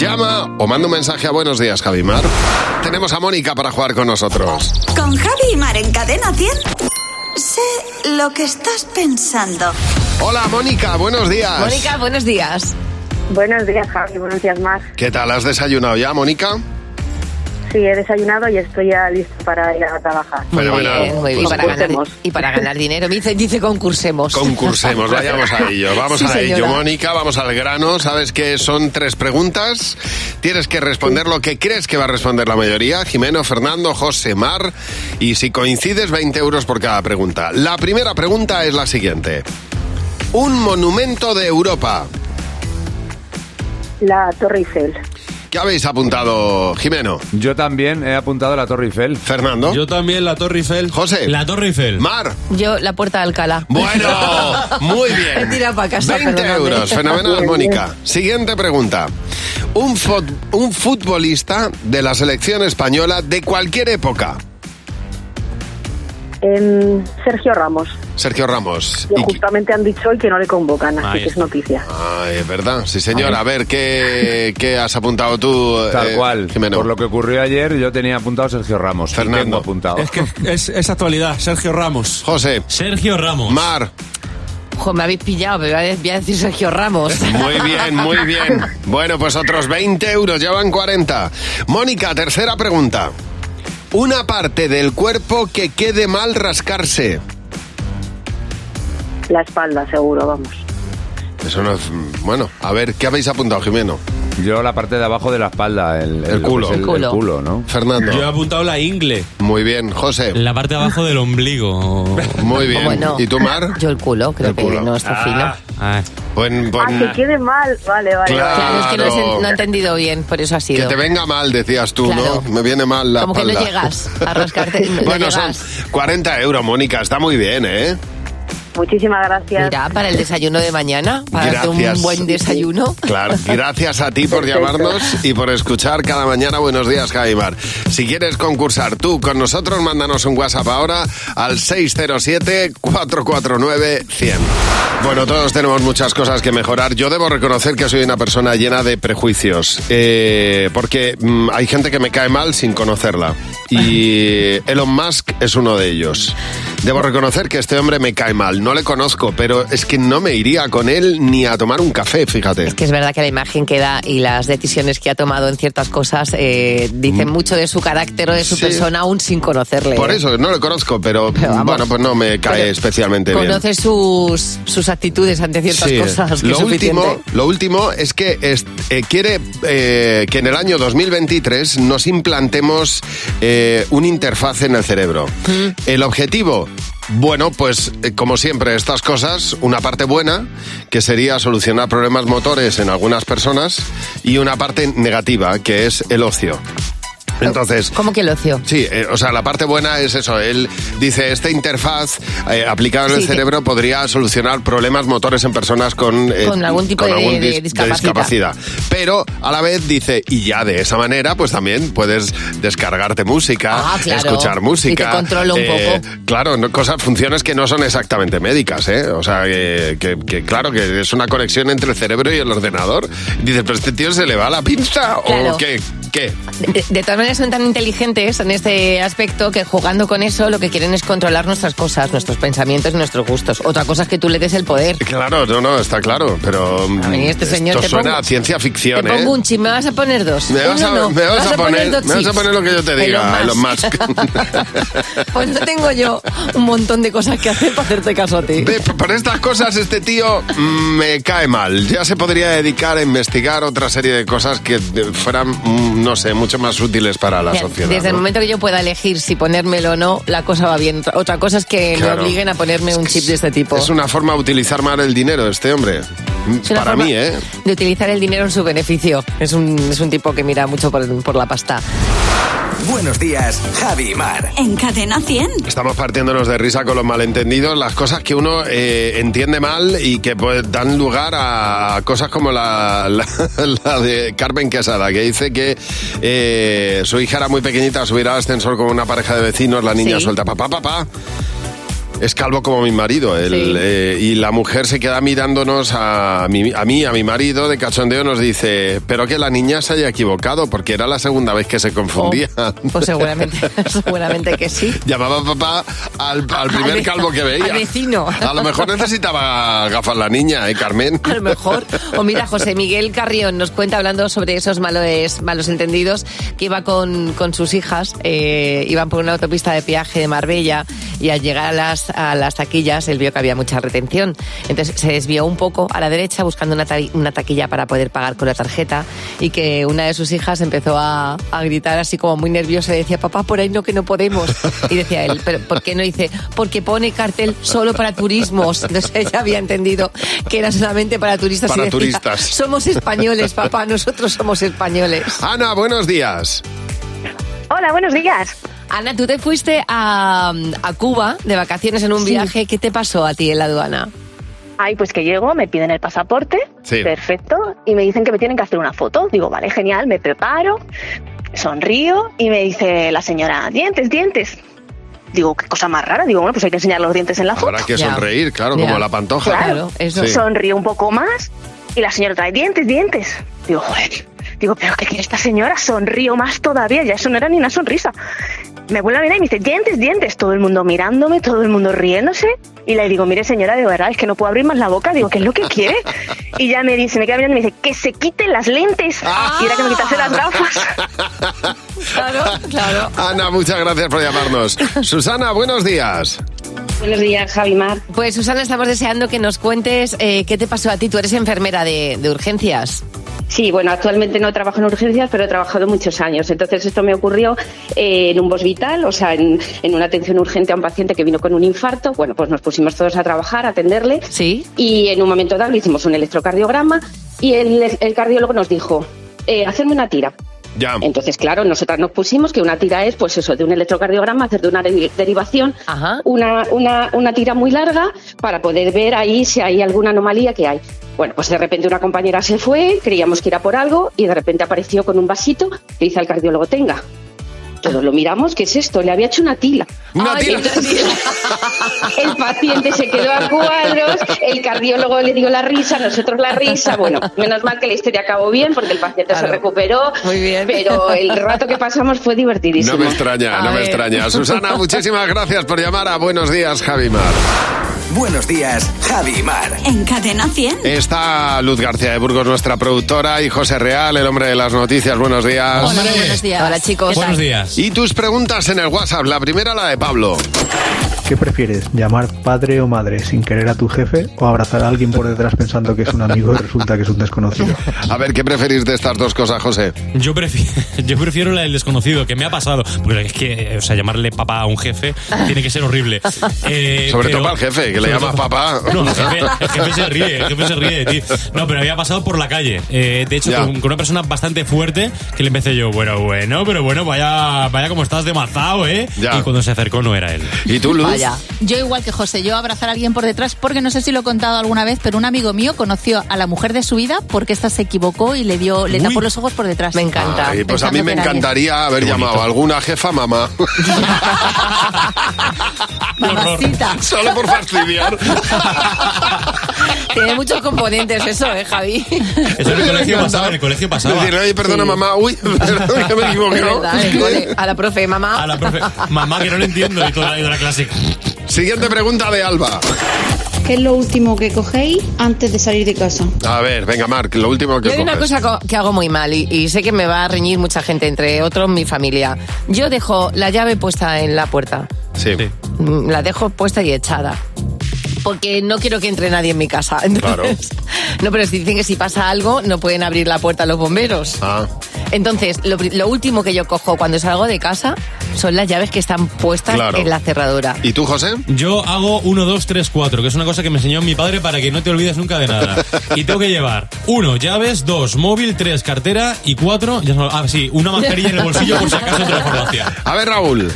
S3: Llama o manda un mensaje a Buenos Días, Javimar. Tenemos a Mónica para jugar con nosotros.
S1: Con Javi y Mar en Cadena 100. Sé lo que estás pensando.
S3: Hola, Mónica, buenos días.
S4: Mónica, buenos días.
S7: Buenos días, Javi. Buenos días, Mar.
S3: ¿Qué tal? ¿Has desayunado ya, Mónica?
S7: Sí, he desayunado y estoy ya lista para ir a trabajar.
S3: Fenomenal.
S4: Bien, muy bien,
S3: Pues
S4: para ganar, y para ganar dinero. Me dice, dice concursemos.
S3: Concursemos,
S4: [laughs]
S3: vayamos a ello. Vamos
S4: Sí,
S3: a ello,
S4: señora.
S3: Mónica, vamos al grano. Sabes que son tres preguntas. Tienes que responder lo que crees que va a responder la mayoría. Jimeno, Fernando, José, Mar. Y si coincides, 20 euros por cada pregunta. La primera pregunta es la siguiente. Un monumento de Europa.
S7: La Torre Eiffel.
S3: ¿Qué habéis apuntado, Jimeno?
S11: Yo también he apuntado la Torre Eiffel.
S3: Fernando.
S11: Yo también la Torre Eiffel.
S3: José.
S11: La Torre Eiffel.
S3: Mar.
S4: Yo, la puerta de Alcalá.
S3: Bueno, muy bien.
S4: He tirado para casa,
S3: 20
S4: perdóname.
S3: euros, fenomenal, Mónica. Siguiente pregunta. Un, fut- un futbolista de la selección española de cualquier época.
S7: Em, Sergio Ramos.
S3: Sergio Ramos.
S7: Que justamente han dicho hoy que no le convocan, así
S3: Ahí
S7: que es
S3: está.
S7: noticia.
S3: Ay, es verdad, sí señor. A ver, ¿qué, qué has apuntado tú?
S11: Tal
S3: eh,
S11: cual.
S3: Jimeno?
S11: Por lo que ocurrió ayer, yo tenía apuntado Sergio Ramos. y
S3: Fernando.
S11: tengo apuntado.
S3: Es
S14: que es, es actualidad. Sergio Ramos.
S3: José.
S14: Sergio Ramos.
S3: Mar.
S4: Ojo, me habéis pillado, pero voy a- voy a decir Sergio Ramos.
S3: Muy bien, muy bien. Bueno, pues otros 20 euros, ya van 40. Mónica, tercera pregunta. Una parte del cuerpo que quede mal rascarse.
S7: La espalda, seguro, vamos.
S3: Eso no es. Bueno, a ver, ¿qué habéis apuntado, Jimeno?
S11: Yo la parte de abajo de la espalda, el,
S3: El culo.
S11: El, el
S3: Culo.
S11: culo, ¿no?
S3: Fernando.
S14: Yo he apuntado la ingle.
S3: Muy bien, José.
S14: La parte de abajo del ombligo.
S3: Muy bien.
S4: Bueno.
S3: ¿Y tú, Mar? Pues
S4: Yo el culo, creo que no está
S14: Ah.
S4: fino.
S3: Buen- buen-
S7: Ah, que quede mal. Vale, vale.
S3: Claro.
S7: vale.
S4: Claro, es que no, he- no he entendido bien, por eso ha
S3: que
S4: sido.
S3: te venga mal, decías tú,
S4: Claro.
S3: ¿no? Me viene mal la
S4: Como que no
S3: espalda.
S4: llegas a rascarte. no
S3: [laughs] bueno,
S4: llegas.
S3: son 40 euros, Mónica. Está muy bien, ¿eh?
S7: Muchísimas gracias.
S4: Mira, para el desayuno de mañana, para hacer
S3: Gracias.
S4: un buen desayuno.
S3: Claro, gracias a ti por
S4: Perfecto.
S3: llamarnos y por escuchar cada mañana Buenos Días, Javimar. Si quieres concursar tú con nosotros, mándanos un WhatsApp ahora al 607-449-100. Bueno, todos tenemos muchas cosas que mejorar. Yo debo reconocer que soy una persona llena de prejuicios, eh, porque mm, hay gente que me cae mal sin conocerla. Y Elon Musk es uno de ellos. Debo reconocer que este hombre me cae mal, no le conozco, pero es que no me iría con él ni a tomar un café, fíjate.
S4: Que es verdad que la imagen que da y las decisiones que ha tomado en ciertas cosas eh, dicen mucho de su carácter o de su
S3: Mm. Sí.
S4: persona aún sin conocerle.
S3: Por
S4: ¿eh?
S3: eso, no le conozco,
S4: [laughs]
S3: pero,
S4: vamos.
S3: bueno, pues no me cae
S4: Pero
S3: especialmente bien.
S4: Conoce sus, sus actitudes ante ciertas
S3: Sí.
S4: cosas. Que
S3: lo,
S4: es suficiente.
S3: último, lo último es que es- eh, quiere eh, que en el año 2023 nos implantemos eh, una interfaz en el cerebro.
S4: Mm.
S3: El objetivo, bueno, pues eh, como siempre, estas cosas, una parte buena, que sería solucionar problemas motores en algunas personas, y una parte negativa, que es el ocio. Entonces,
S4: ¿Cómo que el ocio?
S3: Sí, eh, o sea, la parte buena es eso. Él dice, esta interfaz eh, aplicada en
S4: Sí,
S3: el
S4: que-
S3: cerebro podría solucionar problemas motores en personas con, eh,
S4: Con algún tipo de- de
S3: dis-
S4: discapacidad.
S3: discapacidad. Pero a la vez dice, y ya de esa manera, pues también puedes descargarte música,
S4: Ah, claro.
S3: escuchar
S4: Y
S3: música. eh,
S4: te controla un
S3: Claro, no- cosas, funciones que no son exactamente médicas, ¿eh? O sea, que, que- que claro, que es una conexión entre el cerebro y el ordenador. Dice, pero este tío se le va la pinza
S4: Claro.
S3: o qué. qué?
S4: De, de todas maneras son tan inteligentes en este aspecto que jugando con eso lo que quieren es controlar nuestras cosas, nuestros pensamientos y nuestros gustos. Otra cosa es que tú le des el poder.
S3: Claro, no, no, está claro, pero mm,
S4: ver, este señor
S3: esto
S4: te
S3: suena
S4: pongo-
S3: a ciencia ficción,
S4: Te
S3: ¿eh?
S4: pongo un chip, me vas a poner dos.
S3: Me vas,
S4: Uno
S3: a,
S4: no,
S3: me vas a poner,
S4: dos
S3: me vas a
S4: chips.
S3: poner lo que yo te diga, Elon
S4: Elon
S3: Musk.
S4: [laughs] Pues no tengo yo un montón de cosas que hacer para hacerte caso a ti.
S3: Ve, por estas cosas este tío mm, me cae mal. Ya se podría dedicar a investigar otra serie de cosas que eh, fueran, mm, no sé, mucho más útiles para la
S4: Mira,
S3: sociedad.
S4: Desde el
S3: ¿no?
S4: momento que yo pueda elegir si ponérmelo o no, la cosa va bien. Otra- Otra cosa es que
S3: Claro.
S4: me obliguen a ponerme un chip de este tipo.
S3: Es una forma de utilizar mal el dinero este hombre. Mm,
S4: Es una
S3: Para
S4: forma
S3: mí, ¿eh?
S4: De utilizar el dinero en su beneficio. Es un, es un tipo que mira mucho por, por la pasta.
S2: Buenos días, Javi y Mar.
S1: En Cadena 100.
S3: Estamos partiéndonos de risa con los malentendidos, las cosas que uno eh, entiende mal y que pues, dan lugar a cosas como la, la- [laughs] la de Carmen Quesada, que dice que eh, su hija era muy pequeñita, subirá al ascensor con una pareja de vecinos, la niña
S17: Sí.
S3: suelta papá, papá. Es calvo como mi marido. el, eh, y la mujer se queda mirándonos a, mi- a mí, a mi marido de cachondeo, nos dice, pero que la niña se haya equivocado, porque era la segunda vez que se confundía.
S1: Oh.
S4: Pues seguramente, [laughs] seguramente que sí.
S3: Llamaba a papá al, al primer
S4: Al-
S3: calvo que
S4: Al
S3: veía.
S4: vecino.
S3: A lo mejor necesitaba gafas la niña, ¿eh, Carmen?
S4: A lo mejor. O mira, José Miguel Carrión nos cuenta hablando sobre esos malos, malos entendidos que iba con, con sus hijas, eh, iban por una autopista de peaje de Marbella y al llegar a las, a las taquillas él vio que había mucha retención. Entonces se desvió un poco a la derecha buscando una, ta- una taquilla para poder pagar con la tarjeta y que una de sus hijas empezó a, a gritar así como muy nerviosa y decía, papá, por ahí no que no podemos. Y decía él, pero ¿por qué no? Y dice, porque pone cartel solo para turismos. Entonces [laughs] ella había entendido que era solamente para turistas. y
S3: Para
S4: decía, [laughs]
S3: turistas.
S4: Somos españoles, papá, nosotros somos españoles.
S3: Ana, buenos días.
S4: Hola, buenos días. Ana, tú te fuiste a, a Cuba de vacaciones en un viaje. ¿Qué te pasó a ti en la aduana?
S12: Ay, pues que llego, me piden el pasaporte,
S4: Sí.
S12: perfecto, y me dicen que me tienen que hacer una foto. Digo, vale, genial, me preparo, sonrío y me dice la señora, dientes, dientes. Digo, qué cosa más rara. Digo, bueno, pues hay que enseñar los dientes en la foto.
S3: Habrá que sonreír, claro, como la pantoja.
S12: Claro,
S3: Sí.
S12: sonrío un poco más y la señora trae dientes, dientes. Digo, joder. Digo, pero ¿qué quiere esta señora? Sonrío más todavía, ya eso no era ni una sonrisa. Me vuelve a mirar y me dice, dientes, dientes. Todo el mundo mirándome, todo el mundo riéndose. Y le digo, mire señora, de verdad, es que no puedo abrir más la boca. Digo, ¿qué
S3: [laughs]
S12: es lo que quiere? Y ya me dice, me queda mirando y me dice, que se quiten las lentes.
S3: Ah.
S12: Y era que me quitase las gafas.
S4: Claro, claro.
S3: Ana, muchas gracias por llamarnos. Susana, buenos días.
S4: Buenos días, Javi Mar. Pues Susana, estamos deseando que nos cuentes eh, qué te pasó a ti. Tú eres enfermera de, de urgencias.
S9: Sí, bueno, actualmente no trabajo en urgencias, pero he trabajado muchos años. Entonces, esto me ocurrió eh, en un Bos Vital, o sea, en, en una atención urgente a un paciente que vino con un infarto. Bueno, pues nos pusimos todos a trabajar, a atenderle.
S4: Sí.
S9: Y en un momento dado le hicimos un electrocardiograma y el, el cardiólogo nos dijo: eh, hacerme una tira.
S3: Ya.
S9: Entonces, claro, nosotras nos pusimos que una tira es, pues eso, de un electrocardiograma, hacer de una deri- derivación, una, una, una tira muy larga para poder ver ahí si hay alguna anomalía que hay. Bueno, pues de repente una compañera se fue, creíamos que era por algo y de repente apareció con un vasito, le dice al cardiólogo, tenga. Todos lo miramos, ¿qué es esto? Le había hecho una tila.
S3: Una
S9: tila. el paciente se quedó a cuadros, el cardiólogo le dio la risa, nosotros la risa. Bueno, menos mal que la historia acabó bien porque el paciente se recuperó.
S4: Muy bien.
S9: Pero el rato que pasamos fue divertidísimo.
S3: No me extraña, no me
S4: [laughs]
S3: extraña. Susana, muchísimas gracias por llamar a Buenos Días, Javi Mar.
S2: Buenos días, Javi y Mar.
S1: En Cadena 100.
S3: Está Luz García de Burgos, nuestra productora, y José Real, el hombre de las noticias. Buenos días.
S4: Hola, buenos días. Hola, chicos.
S14: días.
S3: Y tus preguntas en el WhatsApp. La primera, la de Pablo.
S13: ¿Qué prefieres? ¿Llamar padre o madre sin querer a tu jefe o abrazar a alguien por detrás pensando que es un amigo y resulta que es un desconocido?
S3: A ver, ¿qué preferís de estas dos cosas, José?
S14: Yo prefiero, [laughs] yo prefiero la del desconocido, que me ha pasado. Porque es que, eh, o sea, llamarle papá a un jefe tiene que ser horrible. Eh,
S3: Sobre
S14: pero-
S3: todo al jefe, que le
S14: sobre
S3: llamas
S14: todo-
S3: papá.
S14: [laughs] No, el jefe, el jefe se ríe, el jefe se ríe de ti. No, pero había pasado por la calle. Eh, de hecho,
S3: Ya.
S14: con, con una persona bastante fuerte que le empecé yo, bueno, bueno, pero bueno, vaya, vaya como estás de mazao, ¿eh? Y cuando se acercó no era él.
S3: ¿Y tú, Luz?
S18: Yo igual que José, yo abrazar a alguien por detrás porque no sé si lo he contado alguna vez, pero un amigo mío conoció a la mujer de su vida porque esta se equivocó y le dio le tapó los ojos por detrás. Me encanta.
S3: Ay, pues a mí me encantaría haber llamado a alguna jefa mamá. [laughs] [laughs] Solo por fastidiar.
S4: [laughs] Tiene muchos componentes eso, ¿eh, Javi?
S14: Eso en el
S3: [laughs]
S14: colegio pasaba, en el colegio pasaba.
S3: Decirle, oye, perdona, mamá, uy, perdona, que me equivoqué,
S4: Es
S3: ¿no?
S4: verdad, el cole. A la profe, mamá.
S14: A la profe, mamá, que no lo entiendo, y toda la, y toda la clase.
S3: Siguiente pregunta de Alba.
S17: ¿Qué es lo último que cogéis antes de salir de casa?
S3: A ver, venga, Marc, lo último que
S4: Yo hay una
S3: coges.
S4: cosa co- que hago muy mal y, y sé que me va a reñir mucha gente, entre otros mi familia. Yo dejo la llave puesta en la puerta.
S3: Sí.
S4: Mm, La dejo puesta y echada. Porque no quiero que entre nadie en mi casa. [laughs] Entonces, No, pero si dicen que si pasa algo no pueden abrir la puerta los bomberos. Entonces, lo, pri- lo último que yo cojo cuando salgo de casa son las llaves que están puestas
S14: Claro.
S4: en la cerradura.
S3: ¿Y tú, José?
S14: Yo hago 1, 2, 3, 4, que es una cosa que me enseñó mi padre para que no te olvides nunca de
S3: [laughs]
S14: nada. Y tengo que llevar 1, llaves, 2, móvil, 3, cartera y 4, ya no- ah, sí, una mascarilla en el bolsillo por si acaso de la farmacia.
S3: A ver, Raúl.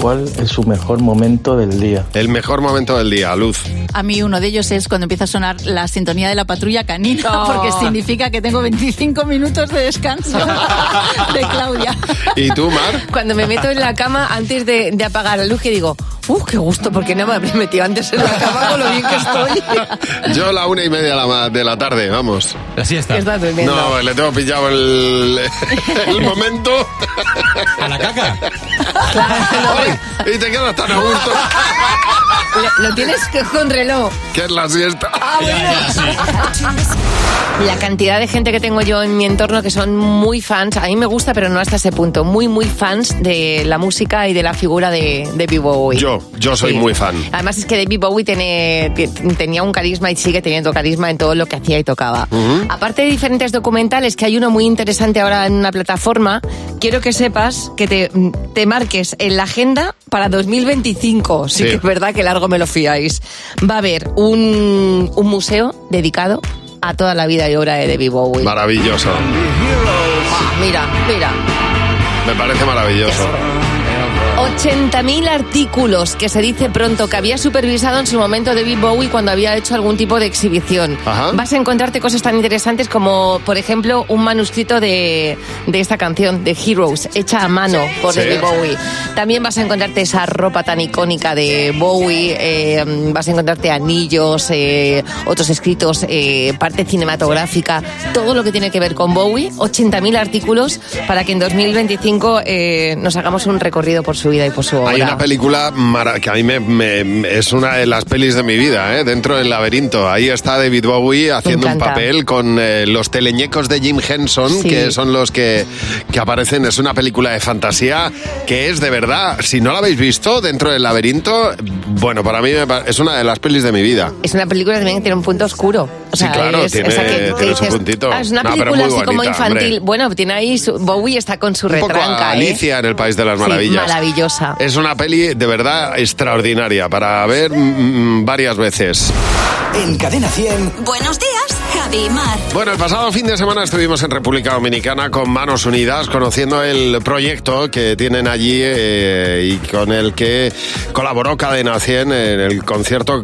S19: ¿Cuál es su mejor momento del día?
S3: El mejor momento del día, Luz.
S18: A mí uno de ellos es cuando empieza a sonar la sintonía de la patrulla canina,
S4: Oh.
S18: porque significa que tengo 25 minutos de descanso de Claudia.
S3: [laughs] ¿Y tú, Mar?
S4: [laughs] Cuando me meto en la cama antes de, de apagar la luz que digo, uff, qué gusto, porque no me habré metido antes en la
S6: [laughs]
S4: cama con lo bien que estoy.
S3: Yo la una y media de la, ma- de la tarde, vamos.
S14: La siesta.
S4: Estás durmiendo.
S3: No, le tengo pillado el, el momento.
S14: ¿A la caca?
S3: y te quedas tan a gusto
S4: Lo, lo tienes que- con reloj.
S3: que es la siesta.
S4: Ah, La cantidad de gente que tengo yo en mi entorno que son muy fans, a mí me gusta, pero no hasta ese punto, muy, muy fans de la música y de la figura de, de David Bowie.
S3: Yo, yo soy
S4: Sí.
S3: muy fan.
S4: Además es que David Bowie tiene- te- tenía un carisma y sigue teniendo carisma en todo lo que hacía y tocaba.
S3: Ujú.
S4: Aparte de diferentes documentales, que hay uno muy interesante ahora en una plataforma, quiero que sepas que te, te marques en la agenda para 2025. Sí,
S3: Sí.
S4: que es verdad que largo me lo fiáis. Va a haber un, un museo dedicado a toda la vida y obra de David Bowie.
S3: Maravilloso.
S4: Ah, mira, mira.
S3: Me parece maravilloso.
S4: 80.000 artículos que se dice pronto que había supervisado en su momento David Bowie cuando había hecho algún tipo de exhibición.
S3: Ajá.
S4: Vas a encontrarte cosas tan interesantes como, por ejemplo, un manuscrito de, de esta canción, de Heroes, hecha a mano por
S20: Sí.
S4: David Bowie. También vas a encontrarte esa ropa tan icónica de Bowie, eh, vas a encontrarte anillos, eh, otros escritos, eh, parte cinematográfica, todo lo que tiene que ver con Bowie, 80.000 artículos para que en 2025 eh, nos hagamos un recorrido por su vida y por su obra.
S3: Hay una película mara- que a mí me, me- es una de las pelis de mi vida, ¿eh? Dentro del laberinto. Ahí está David Bowie haciendo un
S4: encanta.
S3: papel con eh, los teleñecos de Jim Henson,
S4: Sí.
S3: que son los que, que aparecen. Es una película de fantasía que es de verdad. Si no la habéis visto, Dentro del laberinto, bueno, para mí me pa- es una de las pelis de mi vida.
S4: Es una película también que tiene un punto oscuro. O
S3: Sí,
S4: sea,
S3: claro,
S4: es,
S3: tiene-
S4: esa que te
S3: tiene su
S4: dices,
S3: puntito.
S4: "Ah, es una
S3: No, pero
S4: película
S3: muy
S4: así como
S3: bonita, hombre.
S4: infantil. Bueno, tiene ahí su- Bowie está con su
S3: Un poco a
S4: retranca. ¿eh?
S3: Alicia en el País de las
S4: Sí,
S3: Maravillas.
S4: maravillosa.
S3: Es una peli de verdad extraordinaria para ver mm, mm, varias veces.
S2: En Cadena 100.
S1: Buenos días, Javi y Mar.
S3: Bueno, el pasado fin de semana estuvimos en República Dominicana con Manos Unidas, conociendo el proyecto que tienen allí eh, y con el que colaboró Cadena 100 en el concierto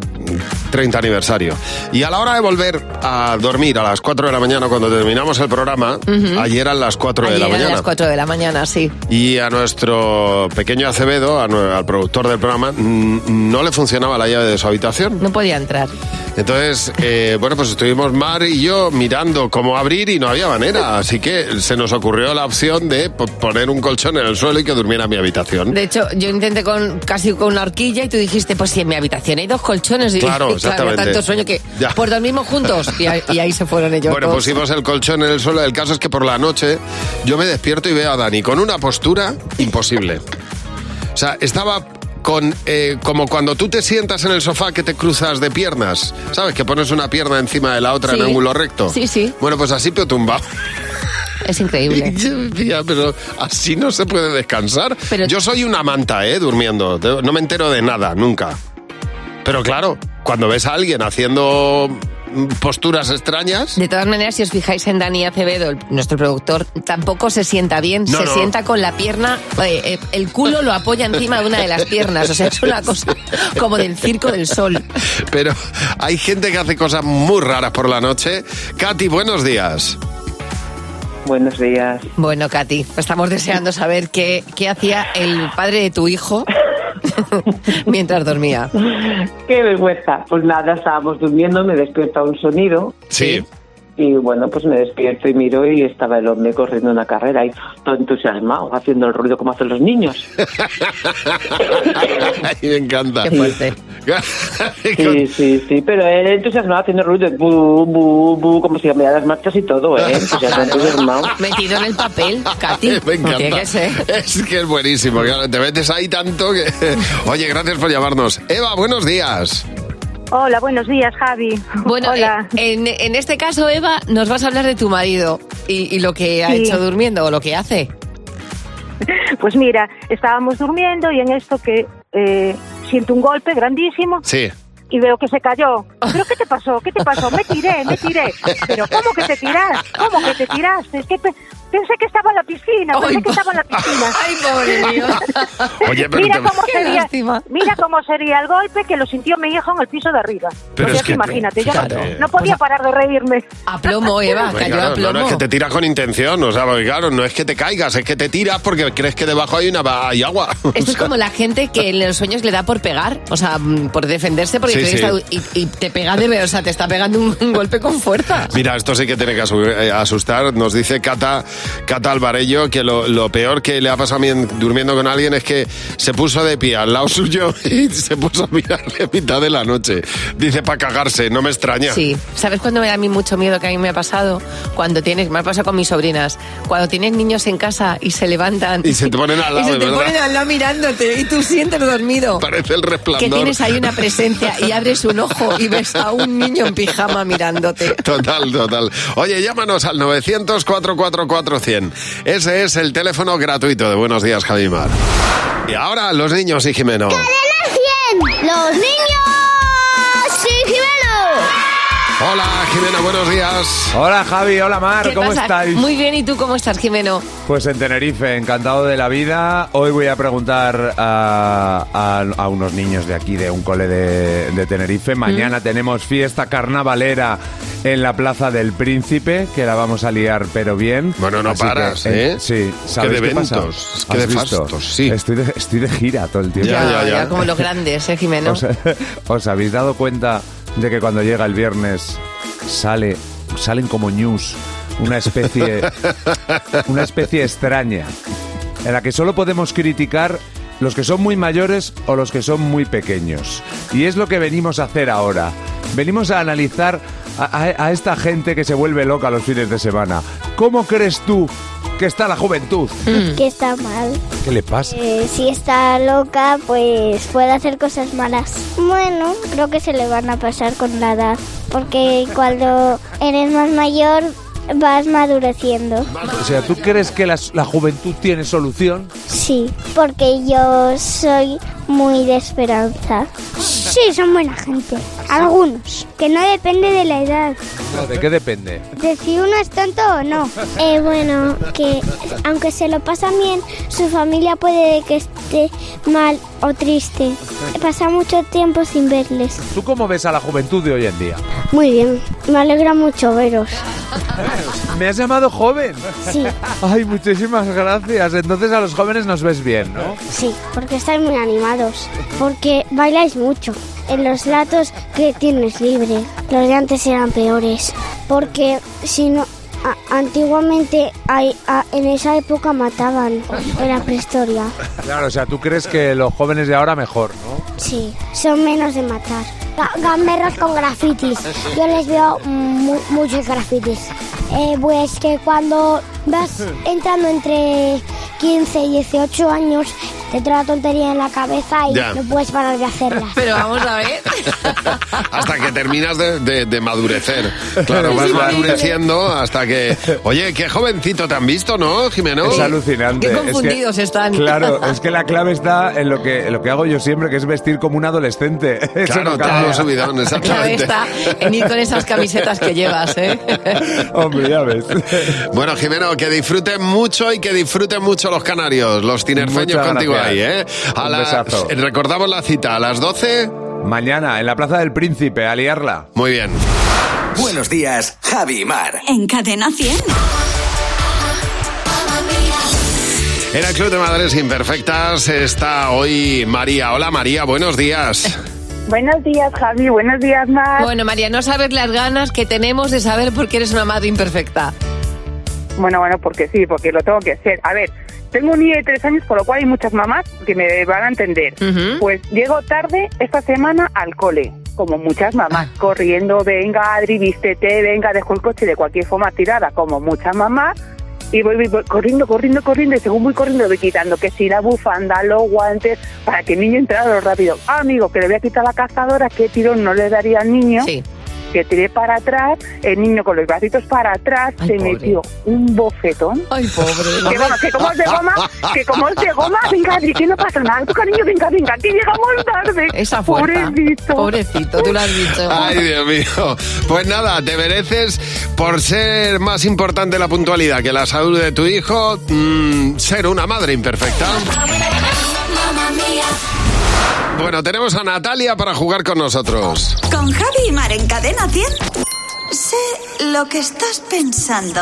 S3: 30 aniversario. Y a la hora de volver a dormir a las 4 de la mañana, cuando terminamos el programa,
S4: Ujú.
S3: ayer eran las 4
S4: Ayer
S3: de la
S4: eran
S3: mañana.
S4: las 4 de la mañana, sí.
S3: Y a nuestro pequeño Acevedo, a nue- al productor del programa, n- no le funcionaba la llave de su habitación.
S4: No podía entrar.
S3: Entonces, eh, bueno, pues estuvimos Mar y yo mirando cómo abrir y no había manera. Así que se nos ocurrió la opción de po- poner un colchón en el suelo y que durmiera en mi habitación.
S4: De hecho, yo intenté con casi con una horquilla y tú dijiste, pues sí, en mi habitación hay dos colchones. [laughs] Y
S3: Claro,
S4: dije,
S3: exactamente.
S4: tanto sueño que
S3: Ya.
S4: pues dormimos juntos y ahí, y ahí se fueron ellos.
S3: Bueno,
S4: dos.
S3: pues pusimos el colchón en el suelo. El caso es que por la noche yo me despierto y veo a Dani con una postura imposible. O sea, estaba con eh, como cuando tú te sientas en el sofá que te cruzas de piernas, ¿sabes? Que pones una pierna encima de la otra en
S4: Sí.
S3: ángulo recto.
S4: Sí, sí.
S3: Bueno, pues así pero tumbado.
S4: Es increíble.
S3: [laughs] Yo decía, pero así no se puede descansar. Yo soy una manta, ¿eh? Durmiendo. De- No me entero de nada, nunca. Pero claro, cuando ves a alguien haciendo mm, posturas extrañas...
S4: De todas maneras, si os fijáis en Dani Acevedo, el- nuestro productor, tampoco se sienta bien.
S3: No,
S4: se
S3: no.
S4: sienta con la pierna, eh, eh, el culo lo apoya encima de una de las piernas. O sea, es una cosa como del circo del sol.
S3: [laughs] Pero hay gente que hace cosas muy raras por la noche. Katy, buenos días.
S6: Buenos días.
S4: Bueno, Katy, estamos deseando saber qué, qué hacía el padre de tu hijo [laughs] mientras dormía.
S6: [laughs] Qué vergüenza. Pues nada, estábamos durmiendo, me despierta un sonido.
S3: Sí.
S6: Y bueno, pues me despierto y miro y estaba el hombre corriendo una carrera y todo entusiasmado, haciendo el ruido como hacen los
S4: [laughs]
S6: niños.
S3: Ay, me encanta.
S4: [laughs]
S6: Qué fuerte. Sí, sí, sí, pero él entusiasmado, haciendo ruido de bu, bu, bu, como si cambiara las marchas y
S4: [laughs]
S6: todo, ¿eh?
S3: [laughs]
S6: Entusiasmado, entusiasmado.
S4: Metido en el papel, Katy.
S3: Me encanta.
S4: Tiene que ser.
S3: Es que es buenísimo. claro, Te metes ahí tanto que. [laughs] Oye, gracias por llamarnos. Eva, buenos días.
S10: Hola, buenos días, Javi.
S4: Bueno,
S10: Hola.
S4: eh, en, en este caso, Eva, nos vas a hablar de tu marido y, y lo que ha
S10: Sí.
S4: hecho durmiendo o lo que hace.
S10: Pues mira, estábamos durmiendo y en esto que eh, siento un golpe grandísimo
S3: Sí.
S10: y veo que se cayó. ¿Pero qué te pasó? ¿Qué te pasó? Me tiré, me tiré. ¿Pero cómo que te tiras? ¿Cómo que te tiraste? Es que pe- pensé que estaba en la piscina, pensé que estaba en la piscina.
S4: [laughs] ¡Ay, pobre mío!
S3: Oye, pero
S10: Mira
S3: te-
S10: cómo,
S4: Qué
S10: sería,
S4: lástima.
S10: mira cómo sería el golpe que lo sintió mi hijo en el piso de arriba.
S3: Pero
S10: O sea,
S3: es que-
S10: imagínate, yo no-
S3: Claro.
S10: no, podía parar de reírme.
S4: A plomo, Eva,
S3: Hombre, claro, no, no, es que te tiras con intención, o sea, porque claro, no es que te caigas, es que te tiras porque crees que debajo hay una hay agua. [laughs]
S4: Esto es como la gente que en los sueños le da por pegar, o sea, mm, por defenderse, porque
S3: Sí,
S4: cree que
S3: sí.
S4: está- y, y te pega de ver, o sea, te está pegando un, un golpe con fuerza.
S3: Mira, esto sí que tiene que asu- eh, asustar. Nos dice Cata, Cata Alvarello que lo, lo peor que le ha pasado a mí en- durmiendo con alguien es que se puso de pie al lado [laughs] suyo y se puso a mirarle a mitad de la noche. Dice para cagarse, no me extraña.
S4: Sí, ¿sabes cuándo me da a mí mucho miedo que a mí me ha pasado? Cuando tienes, me ha pasado con mis sobrinas, cuando tienes niños en casa y se levantan
S3: Y se te ponen al lado,
S4: [laughs] y se
S3: de
S4: te
S3: verdad.
S4: ponen al lado mirándote y tú sientes dormido.
S3: Parece el resplandor.
S4: Que tienes ahí una presencia y abres un ojo y ves a un niño en pijama mirándote.
S3: [laughs] Total, total. Oye, llámanos al 900-444-100. Ese es el teléfono gratuito de Buenos Días, Javimar. Y ahora los niños y Jimeno.
S21: ¡Los niños! ¡Sí,
S3: Hola, Ah, Jimeno, buenos días.
S11: Hola, Javi. Hola, Mar.
S4: ¿Qué
S11: ¿Cómo
S4: pasa?
S11: estáis?
S4: Muy bien, ¿y tú cómo estás, Jimeno?
S11: Pues en Tenerife, encantado de la vida. Hoy voy a preguntar a, a- a unos niños de aquí, de un cole de, de Tenerife. Mañana tenemos fiesta carnavalera en la Plaza del Príncipe, que la vamos a liar, pero bien.
S3: Bueno, no
S11: que,
S3: paras,
S11: eh,
S3: ¿eh?
S11: Sí,
S3: Es que
S11: ¿sabéis
S3: de
S11: qué pasa?
S3: eventos, es que
S11: ¿Has
S3: de
S11: visto?
S3: fastos, sí.
S11: Estoy de, estoy de gira todo el tiempo.
S4: como los grandes, ¿eh, Jimeno?
S11: ¿Os, [laughs] os habéis dado cuenta de que cuando llega el viernes sale, salen como news una especie, una especie extraña en la que solo podemos criticar los que son muy mayores o los que son muy pequeños. Y es lo que venimos a hacer ahora. Venimos a analizar a, a- a esta gente que se vuelve loca los fines de semana. ¿Cómo crees tú que está la juventud?
S21: Que está mal.
S11: ¿Qué le pasa?
S21: Eh, si está loca, pues puede hacer cosas malas. Bueno, creo que se le van a pasar con la edad, porque cuando eres más mayor vas madureciendo.
S11: O sea, ¿tú crees que las- la juventud tiene solución?
S21: Sí, porque yo soy muy de esperanza. Sí, son buena gente. Algunos. Que no depende de la edad.
S11: ¿De qué depende?
S21: de si uno es tonto o no. Eh, bueno, que aunque se lo pasan bien, su familia puede que esté mal o triste. Pasa mucho tiempo sin verles.
S11: ¿Tú cómo ves a la juventud de hoy en día?
S21: Muy bien, me alegra mucho veros.
S11: Me has llamado joven.
S21: Sí.
S11: Ay, muchísimas gracias. Entonces a los jóvenes nos ves bien, ¿no?
S21: Sí, porque estáis muy animados, porque bailáis mucho. En los latos que tienes libre, los de antes eran peores, porque si no, a- antiguamente hay- a- en esa época mataban, era prehistoria.
S11: Claro, o sea, tú crees que los jóvenes de ahora mejor, ¿no?
S21: Sí, son menos de matar. Ga- Gamberros con grafitis. Yo les veo mu- muchos grafitis. Eh, pues que cuando vas entrando entre 15 y 18 años, te entra la tontería en la cabeza y
S3: Ya.
S21: no puedes parar de hacerla.
S4: Pero vamos a ver.
S3: Hasta que terminas de, de- de madurecer. Claro,
S11: Es
S3: vas
S11: increíble.
S3: madureciendo hasta que. Oye, qué jovencito te han visto, ¿no, Jimeno?
S11: Es alucinante.
S4: Qué
S11: Es que-
S4: confundidos están.
S11: Claro, es que la clave está en lo que, en lo que hago yo siempre, que es vestir como un adolescente. [laughs] Eso
S3: Claro,
S11: no
S3: te da
S11: cambia.
S3: un subidón,
S4: Clave
S3: exactamente.
S4: está en ir con esas camisetas que llevas, ¿eh?
S11: [laughs] Hombre, ya ves.
S3: Bueno, Jimeno, que disfruten mucho y que disfruten mucho los canarios, los tinerfeños
S11: Muchas
S3: contigo
S11: gracias.
S3: ahí, ¿eh? A
S11: Un
S3: la- eh,
S11: besazo.
S3: Recordamos la cita, a las 12.
S11: Mañana, en la Plaza del Príncipe, a liarla.
S3: Muy bien.
S2: Buenos días, Javi y Mar.
S1: En Cadena 100.
S3: En el Club de Madres Imperfectas está hoy María. Hola María, buenos días.
S4: Buenos días, Javi. Buenos días, Mar. Bueno, María, no sabes las ganas que tenemos de saber por qué eres una madre imperfecta.
S7: Bueno, bueno, porque sí, porque lo tengo que hacer. A ver, tengo un niño de tres años, por lo cual hay muchas mamás que me van a entender. Pues llego tarde esta semana al cole, como muchas mamás, corriendo, venga, Adri, vístete, venga, dejo el coche de cualquier forma tirada, como muchas mamás. Y voy, voy, voy corriendo, corriendo, corriendo, y según voy corriendo voy quitando que si la bufanda, los guantes, para que el niño entrara lo rápido. Ah, amigo, que le voy a quitar la cazadora, qué tirón no le daría al niño. Que tiré para atrás, el niño con los bracitos para atrás, se metió un bofetón.
S4: Ay, pobre.
S7: Que bueno, que como es de goma, que como es de goma, venga, Adri, que no pasa nada, tu cariño, venga, venga, que llegamos tarde.
S4: Esa fuerza. Pobrecito. Pobrecito, tú lo has dicho.
S3: Ay, Dios mío. Pues nada, te mereces, por ser más importante la puntualidad que la salud de tu hijo, mm, ser una madre imperfecta. Bueno, tenemos a Natalia para jugar con nosotros.
S1: Con Javi y Mar en Cadena 100. Sé lo que estás pensando.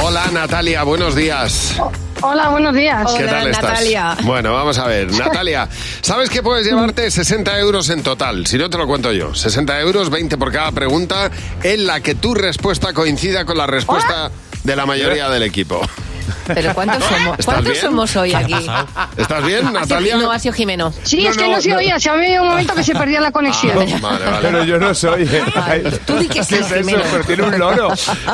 S3: Hola Natalia, buenos días.
S5: Hola, buenos días.
S3: ¿Qué tal estás? Bueno, vamos a ver. Natalia, ¿sabes que puedes llevarte 60 euros en total? Si no, te lo cuento yo. 60 euros, 20 por cada pregunta, en la que tu respuesta coincida con la respuesta de la mayoría del equipo.
S7: [laughs]
S4: Pero ¿cuántos somos,
S3: ¿Estás
S4: ¿cuántos
S3: bien?
S4: somos hoy aquí?
S3: ¿Estás bien,
S4: Ha sido-
S3: Natalia?
S4: No, ha sido Jimeno.
S5: Sí, es que no, se oía, se había un momento que se perdía la conexión.
S11: Pero yo no soy. ¿eh?
S4: Tú di que sí,
S11: ¿Qué es eso?
S4: Jimeno.
S11: Pero tiene un loro.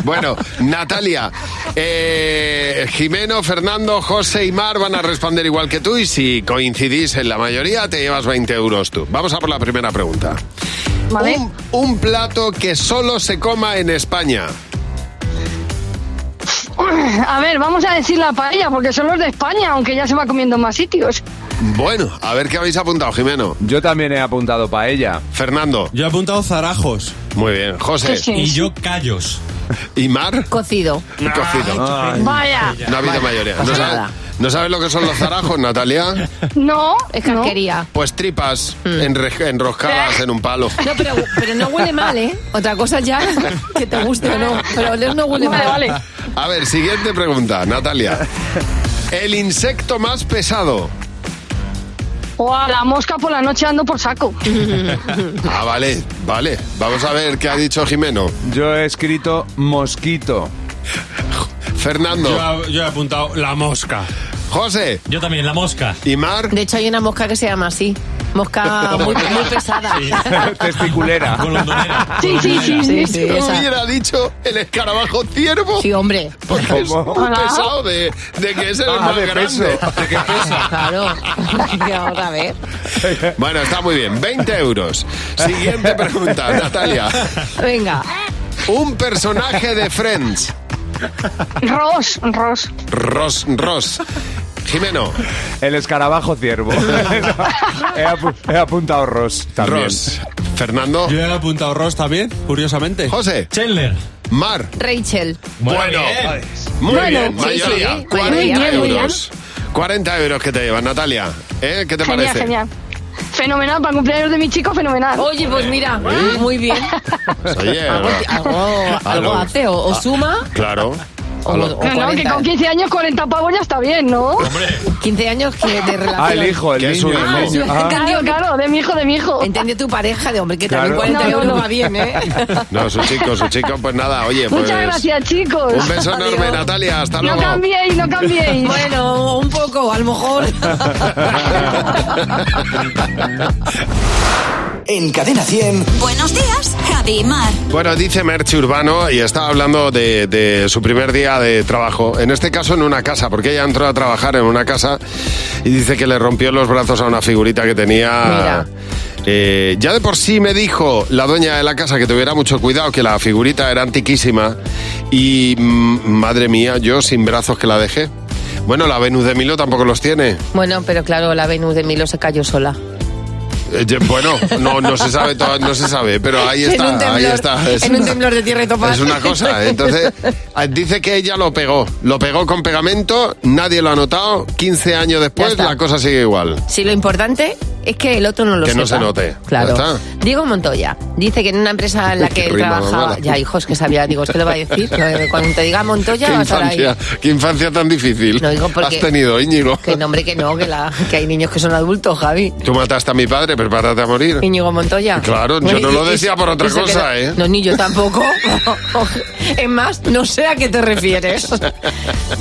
S3: Bueno, Natalia, eh, Jimeno, Fernando, José y Mar van a responder igual que tú y si coincidís en la mayoría te llevas 20 euros tú. Vamos a por la primera pregunta. Un, un plato que solo se coma en España.
S5: [clears throat] A ver, vamos a decir la paella, porque son los de España, aunque ya se va comiendo en más sitios.
S3: Bueno, a ver qué habéis apuntado, Jimeno.
S11: Yo también he apuntado paella.
S3: Fernando.
S14: Yo he apuntado zarajos.
S3: Muy bien, José.
S14: Y yo callos.
S3: ¿Y Mar?
S4: Cocido.
S3: Y cocido.
S5: Vaya.
S3: No ha habido mayoría.
S4: Pasa
S3: ¿No sabes,
S4: nada.
S3: no sabes lo que son los zarajos, Natalia?
S5: No,
S4: es casquería.
S3: Pues tripas enre- enroscadas en un palo.
S4: Mm. ¿Eh? No, pero, pero no huele mal, ¿eh? Otra cosa ya, [laughs] que te guste o [laughs] no. Pero oler no huele mal.
S3: A ver, siguiente pregunta, Natalia. El insecto más pesado.
S5: O a la mosca por la noche ando por
S4: [laughs]
S5: saco.
S3: Ah, vale, vale. Vamos a ver qué ha dicho Jimeno.
S11: Yo he escrito mosquito.
S3: [laughs] Fernando.
S14: Yo, he apuntado la mosca.
S3: José.
S14: Yo también, la mosca.
S3: ¿Y Mar?
S4: De hecho, hay una mosca que se llama así.
S3: [laughs]
S4: Mosca muy, muy pesada.
S11: [laughs] Testiculera.
S4: [laughs] Sí, sí, sí, sí, sí,
S3: Yo
S4: esa.
S3: hubiera dicho el escarabajo ciervo.
S4: Sí, hombre.
S3: Porque es muy pesado de, de que es el
S11: Ah,
S3: más
S11: de peso,
S3: grande.
S11: de que pesa.
S4: Claro. [laughs] Y ahora, a ver.
S3: Bueno, está muy bien. 20 euros. Siguiente pregunta, Natalia.
S4: Venga.
S3: Un personaje de Friends.
S5: Ross, Ross.
S3: Ross, Ross. Jimeno.
S11: [laughs] El escarabajo
S3: [laughs]
S11: ciervo. [laughs] he, apu- he apuntado Ross también.
S3: Ross. Fernando.
S14: Yo he apuntado Ross también, curiosamente.
S3: José.
S14: Chandler.
S3: Mar.
S4: Rachel.
S3: Bueno,
S14: bien.
S3: muy
S4: Bueno,
S3: bien,
S4: sí,
S3: mayoría.
S4: sí,
S3: 40
S5: mayoría. Muy bien, muy
S3: euros. 40 euros que te llevan, Natalia. ¿Eh? ¿Qué te
S5: genial,
S3: parece?
S5: genial. Fenomenal, para el cumpleaños de mi chico, fenomenal.
S4: Oye, pues mira, muy bien.
S3: Pues, oye,
S5: Algo-
S3: va.
S4: Algo
S3: Aló.
S4: hace o, o suma.
S3: Claro.
S4: O-
S3: Aló.
S5: No,
S4: o
S5: no, que
S4: 40.
S11: Ah,
S5: con 15 años 40 pavos ya está bien, ¿no?
S4: 15 años que de relación.
S11: Ah, el hijo, el
S3: Que es
S11: niño.
S3: un
S11: el niño. Ah.
S4: Entendió que-
S5: Claro, de mi hijo, de mi hijo.
S4: Entendió tu pareja de hombre, que
S11: Claro.
S4: también 40
S5: No, no,
S4: euros no
S5: no.
S4: va bien, ¿eh?
S3: No, su chico, su chico, pues nada, oye, pues.
S5: Muchas gracias, chicos.
S3: Un beso enorme, Natalia. Hasta
S5: No
S3: luego.
S5: cambiéis, no cambiéis.
S4: Bueno, un poco, a lo mejor.
S2: En Cadena 100.
S1: Buenos días, Javi y Mar.
S3: [laughs] Bueno, dice Merchi Urbano y está hablando de, de su primer día de trabajo, en este caso en una casa, porque ella entró a trabajar en una casa y dice que le rompió los brazos a una figurita que tenía... Eh, ya de por sí me dijo la dueña de la casa que tuviera mucho cuidado, que la figurita era antiquísima y mm, madre mía, yo sin brazos que la dejé. Bueno, la Venus de Milo tampoco los tiene.
S4: Bueno, pero claro, la Venus de Milo se cayó sola.
S3: Eh, ye- Bueno, no, no se sabe, to- no se sabe, pero ahí
S4: [laughs]
S3: está,
S4: en un temblor,
S3: ahí está. Es
S4: en un
S3: una-
S4: temblor de tierra y topaz.
S3: Es una
S4: [laughs]
S3: cosa, entonces ah, dice que ella lo pegó, lo pegó con pegamento, nadie lo ha notado, 15 años después la cosa sigue igual.
S4: Si lo importante es que el otro no lo
S3: Que no
S4: sepa.
S3: se note.
S4: Claro.
S3: Ya está.
S4: Diego Montoya dice que en una empresa en la que
S3: [laughs] Qué
S4: él
S3: rima más
S4: trabajaba.
S3: mala.
S4: Ya, hijos, que sabía. Digo, es que lo va a decir. Lo- Cuando te diga Montoya,
S3: [laughs] qué,
S4: vas a estar
S3: infancia,
S4: ahí.
S3: qué infancia tan difícil
S4: No digo porque.
S3: has tenido, Íñigo.
S4: Que no, hombre, que no, que, la- que hay niños que son adultos,
S3: [laughs]
S4: Javi.
S3: Tú mataste a mi padre, prepárate a morir.
S4: Íñigo Montoya. Pues
S3: Claro, yo no lo decía por otra
S4: y se
S3: cosa,
S4: queda-
S3: ¿eh?
S4: No, ni yo tampoco. [laughs] es más, no sé a qué te refieres.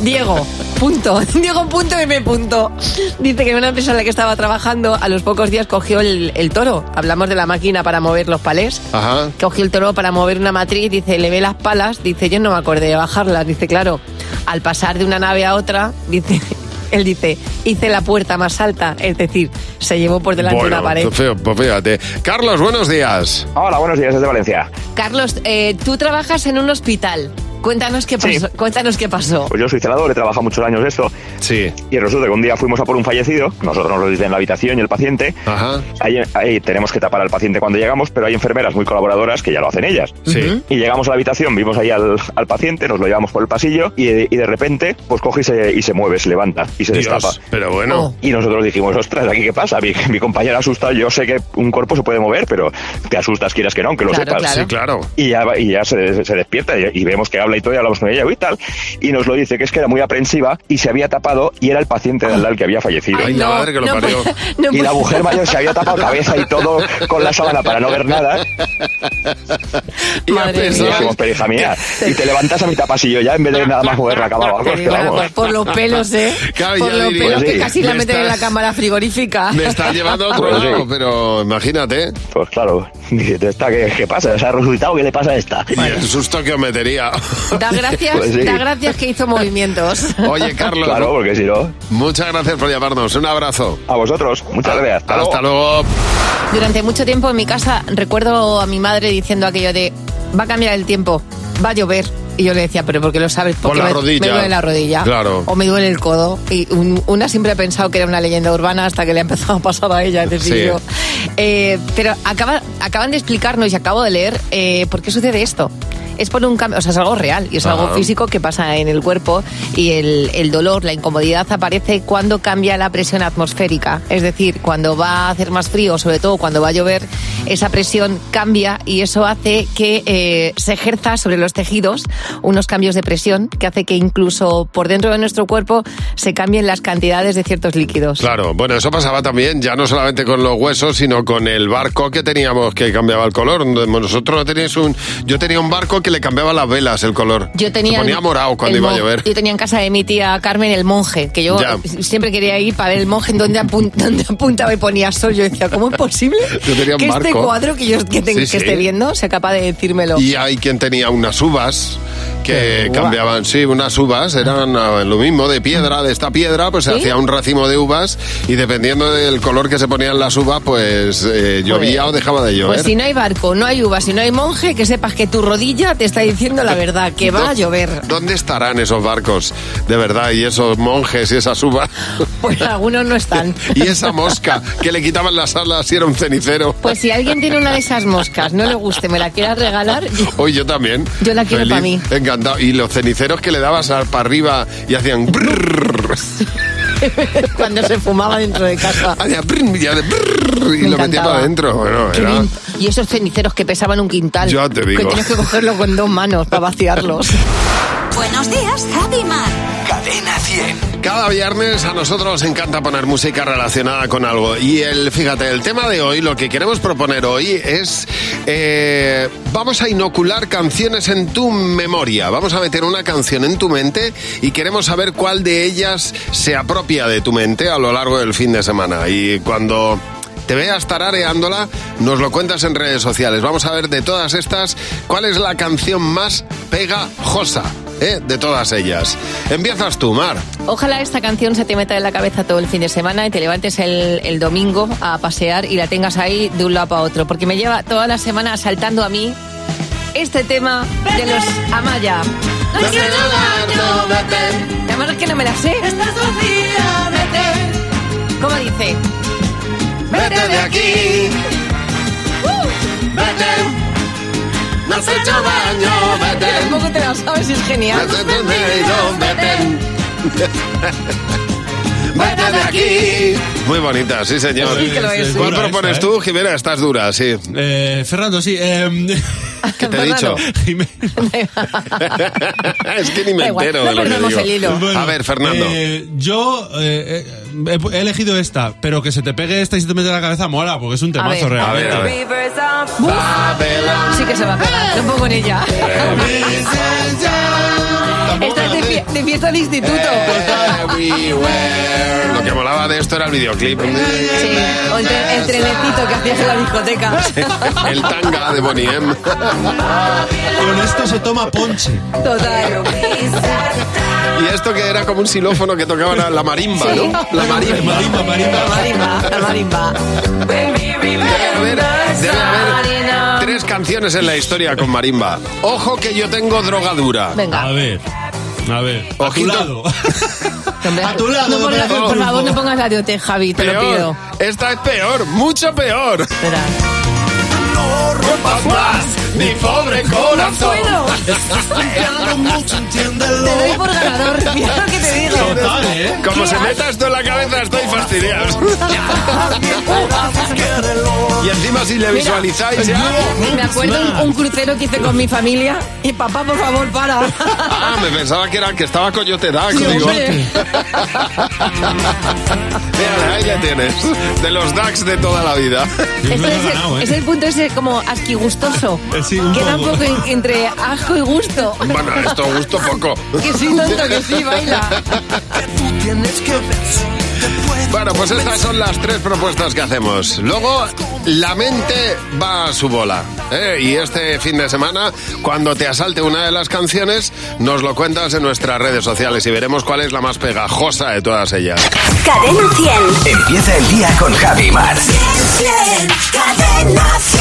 S4: Diego, punto. [laughs] Diego, punto M, punto. Dice que en una empresa en la que estaba trabajando, a los pocos días cogió el, el toro. Hablamos de la máquina para mover los palés.
S3: Ajá.
S4: Cogió el toro para mover una matriz, dice, le ve las palas, dice, yo no me acordé de bajarlas. Dice, claro, al pasar de una nave a otra, dice... [laughs] Él dice, hice la puerta más alta, es decir, se llevó por delante
S3: Bueno,
S4: una pared.
S3: feo- pues fíjate. Carlos, buenos días.
S22: Hola, buenos días desde Valencia.
S4: Carlos, eh, tú trabajas en un hospital. Cuéntanos qué pasó. Cuéntanos qué pasó.
S22: Pues yo soy celador, he trabajado muchos años de esto.
S3: Sí.
S22: Y resulta que un día fuimos a por un fallecido, nosotros nos lo dicen la habitación y el paciente.
S3: Ajá.
S22: Ahí, ahí tenemos que tapar al paciente cuando llegamos, pero hay enfermeras muy colaboradoras que ya lo hacen ellas.
S3: Sí.
S22: Y llegamos a la habitación, vimos ahí al, al paciente, nos lo llevamos por el pasillo y, de- y de repente, pues coge y se, y se mueve, se levanta y se
S3: Dios,
S22: destapa.
S3: Pero bueno.
S22: Y nosotros dijimos, ostras, ¿aquí qué pasa? Mi, mi compañero asusta, yo sé que un cuerpo se puede mover, pero te asustas, quieras que no, aunque lo
S3: Claro,
S22: sepas.
S3: claro. Sí, claro.
S22: Y ya, va- y ya se, se despierta y, y vemos que habla y todo, y hablamos con ella y tal. Y nos lo dice que es que era muy aprensiva y se había tapado y era el paciente de al lado el que había fallecido.
S3: Ay, la no, madre que lo no parió. puede- no
S22: y la
S3: puede-
S22: mujer mayor se había tapado cabeza y todo con la sábana para no ver nada.
S3: Y ya pensabas-
S22: dijimos, pero hija mía, y te levantas a mitad pasillo ya en vez de nada más mover la cama
S3: [laughs]
S22: abajo.
S4: Te
S22: que
S4: digo,
S22: vamos.
S4: por, por los pelos, ¿eh?
S3: Claro,
S4: por
S3: ya
S4: los
S3: diría.
S4: pelos
S3: Pues
S4: que
S3: sí.
S4: casi la
S3: Me
S4: meten en la
S3: estás-
S4: cámara frigorífica.
S3: [laughs] Me está
S4: [laughs]
S3: llevando a otro
S22: Pues sí.
S3: lado, pero imagínate.
S22: Pues claro, [laughs] dice, ¿esta qué, qué pasa? ¿Se ha resucitado? ¿Qué le pasa a esta?
S3: Y el susto que
S22: [laughs]
S3: os metería.
S4: Da gracias,
S22: Pues sí.
S4: da gracias que hizo movimientos.
S3: Oye, Carlos.
S22: Claro, porque si no.
S3: Muchas gracias por llamarnos. Un abrazo. Ah,
S22: A vosotros. Muchas gracias.
S3: Hasta, luego.
S4: Durante mucho tiempo en mi casa recuerdo a mi madre diciendo aquello de va a cambiar el tiempo, va a llover. Y yo le decía, pero ¿por qué lo sabes?
S3: Por
S4: Porque
S3: la
S4: me,
S3: rodilla.
S4: me duele la rodilla.
S3: Claro.
S4: O me duele el codo. Y un- una siempre ha pensado que era una leyenda urbana hasta que le ha empezado a pasar a ella, es decir,
S3: Sí.
S4: yo. Eh, pero acaba- acaban de explicarnos y acabo de leer eh, por qué sucede esto. Es por un cambio, o sea, es algo real y es algo
S23: Ajá.
S4: físico que pasa en el cuerpo y el, el dolor, la incomodidad aparece cuando cambia la presión atmosférica. Es decir, cuando va a hacer más frío, sobre todo cuando va a llover, esa presión cambia y eso hace que eh, se ejerza sobre los tejidos unos cambios de presión que hace que incluso por dentro de nuestro cuerpo se cambien las cantidades de ciertos líquidos.
S3: Claro, bueno, eso pasaba también, ya no solamente con los huesos, sino con el barco que teníamos que cambiaba el color. Nosotros no teníais un. Yo tenía un barco que le cambiaba las velas el color.
S4: Yo tenía
S3: Se ponía
S4: el-
S3: morado cuando
S4: el
S3: iba a
S4: mon-
S3: llover.
S4: Yo tenía en casa de mi tía Carmen el monje, que yo
S3: Ya.
S4: siempre quería ir para ver el monje en donde, [laughs] apun- donde apuntaba y ponía sol. Yo decía, ¿cómo es posible
S3: Yo tenía un
S4: que este
S3: barco.
S4: cuadro que yo que, te-
S3: Sí,
S4: que este
S3: sí.
S4: esté viendo sea capaz de decírmelo?
S3: Y hay quien tenía unas uvas que cambiaban, sí, unas uvas, eran ah, lo mismo, de piedra, de esta piedra, pues se hacía un racimo de uvas y dependiendo del color que se ponían las uvas, pues eh, llovía o dejaba de llover.
S4: Pues si no hay barco, no hay uva, si no hay monje, que sepas que tu rodilla te está diciendo la verdad, que
S3: [laughs]
S4: va a llover.
S3: ¿Dónde estarán esos barcos de verdad y esos monjes y esas uvas?
S4: [laughs] Pues algunos no están.
S3: [laughs] y esa mosca que le quitaban las alas y era un cenicero.
S4: Pues si alguien tiene una de esas moscas, no le guste, me la quieras regalar, [laughs] yo-
S3: Hoy yo también.
S4: Yo la quiero
S3: Feliz,
S4: pa' mí.
S3: Encantado. Y los ceniceros que le dabas al- para arriba y hacían.
S4: [laughs]
S3: brrrr.
S4: cuando se fumaba dentro de casa.
S3: Hacía brrrr, y hacía brrrr, y
S4: Me
S3: lo metía
S4: encantaba.
S3: para adentro. Bueno,
S4: Qué
S3: era-
S4: bien. Y esos ceniceros que pesaban un quintal.
S3: Ya te digo.
S4: Que tienes que cogerlos con dos manos para vaciarlos.
S3: [laughs]
S1: Buenos días, Javi Mar. Cadena 100.
S3: Cada viernes a nosotros nos encanta poner música relacionada con algo. Y el, fíjate, el tema de hoy, lo que queremos proponer hoy es. eh, vamos a inocular canciones en tu memoria. Vamos a meter una canción en tu mente y queremos saber cuál de ellas se apropia de tu mente a lo largo del fin de semana. Y cuando. Te veas tarareándola, nos lo cuentas en redes sociales. Vamos a ver de todas estas cuál es la canción más pegajosa ¿eh? de todas ellas. Empiezas tú, Mar.
S4: Ojalá esta canción se te meta en la cabeza todo el fin de semana y te levantes el, el domingo a pasear y la tengas ahí de un lado para otro. Porque me lleva toda la semana saltando a mí este tema de los Amaya. Además es que no me la sé. ¿Cómo dice?
S6: Vete de aquí.
S4: Uh.
S6: Vete. No has hecho daño. Vete.
S4: Tampoco te la sabes, es genial.
S6: Vete del medio. Vete. [laughs] Vete de aquí.
S3: Muy bonita, sí señor.
S6: Sí que lo es.
S3: ¿Cuál
S6: Dura
S3: propones
S5: esta,
S3: tú, Jimena? Estás dura, sí.
S5: Eh, Fernando, sí.
S3: ¿Qué te he dicho? Ah,
S5: Fernando.
S3: es que ni me
S5: Da igual,
S3: entero
S5: no
S3: de lo que
S5: perdemos
S3: digo.
S5: el hilo. Bueno,
S3: A ver, Fernando.
S5: eh, yo eh, eh, he elegido esta, pero que se te pegue esta y se te mete en la cabeza mola, porque es un
S4: A ver,
S5: temazo real.
S4: a ver, a ver. Sí que se va a
S6: Eh.
S4: pegar. Lo pongo en ella. Esta es de, fie- de fiesta de instituto.
S3: Lo que molaba de esto era el videoclip.
S4: Sí, o el, tre- el trenecito que hacías en la discoteca.
S6: [laughs]
S3: El tanga de Bonnie M.
S5: Con esto se toma ponche.
S4: Total.
S3: Y esto que era como un xilófono que tocaban a la marimba,
S4: Sí.
S3: ¿no? La marimba.
S5: Marimba, marimba.
S4: Marimba, la marimba.
S3: Debe haber tres canciones en la historia con marimba. Ojo que yo tengo drogadura.
S4: Venga.
S5: A ver. A ver.
S3: Ojito.
S4: A
S3: tu lado,
S4: No, por,
S3: Pepe
S4: por
S3: Pulpo.
S4: favor, no pongas la de OT, Javi, te lo pido.
S3: Peor. Esta es peor, mucho peor.
S6: No rompas más mi pobre corazón.
S4: No
S6: Te mucho, entiéndelo.
S4: Te doy por ganador, [laughs] mira lo que te digo.
S6: Total, ¿eh?
S3: Como se meta esto en la cabeza, estoy fastidiado. Y encima si le
S4: Mira,
S3: visualizáis ya...
S4: Me acuerdo un, un crucero que hice con mi familia y papá, por favor, para.
S3: Ah, me pensaba que era que estaba Coyote Dac.
S4: Sí,
S3: digo.
S4: hombre.
S3: Mira, ahí le tienes. De los Dacs de toda la vida.
S4: Esto es, el, es el punto ese como asquigustoso.
S3: ¿eh? Sí, un
S4: Queda un
S3: poco.
S4: poco en- entre asco y
S3: [laughs]
S4: gusto.
S3: Bueno, esto gusto poco.
S4: Que sí, tonto, que
S3: [laughs]
S4: sí, baila.
S3: Bueno, pues estas son las tres propuestas que hacemos. Luego, la mente va a su bola. ¿eh? Y este fin de semana, cuando te asalte una de las canciones, nos lo cuentas en nuestras redes sociales y veremos cuál es la más pegajosa de todas ellas.
S24: Cadena 100.
S1: Empieza el día con Javi Mar.
S24: Cadena 100.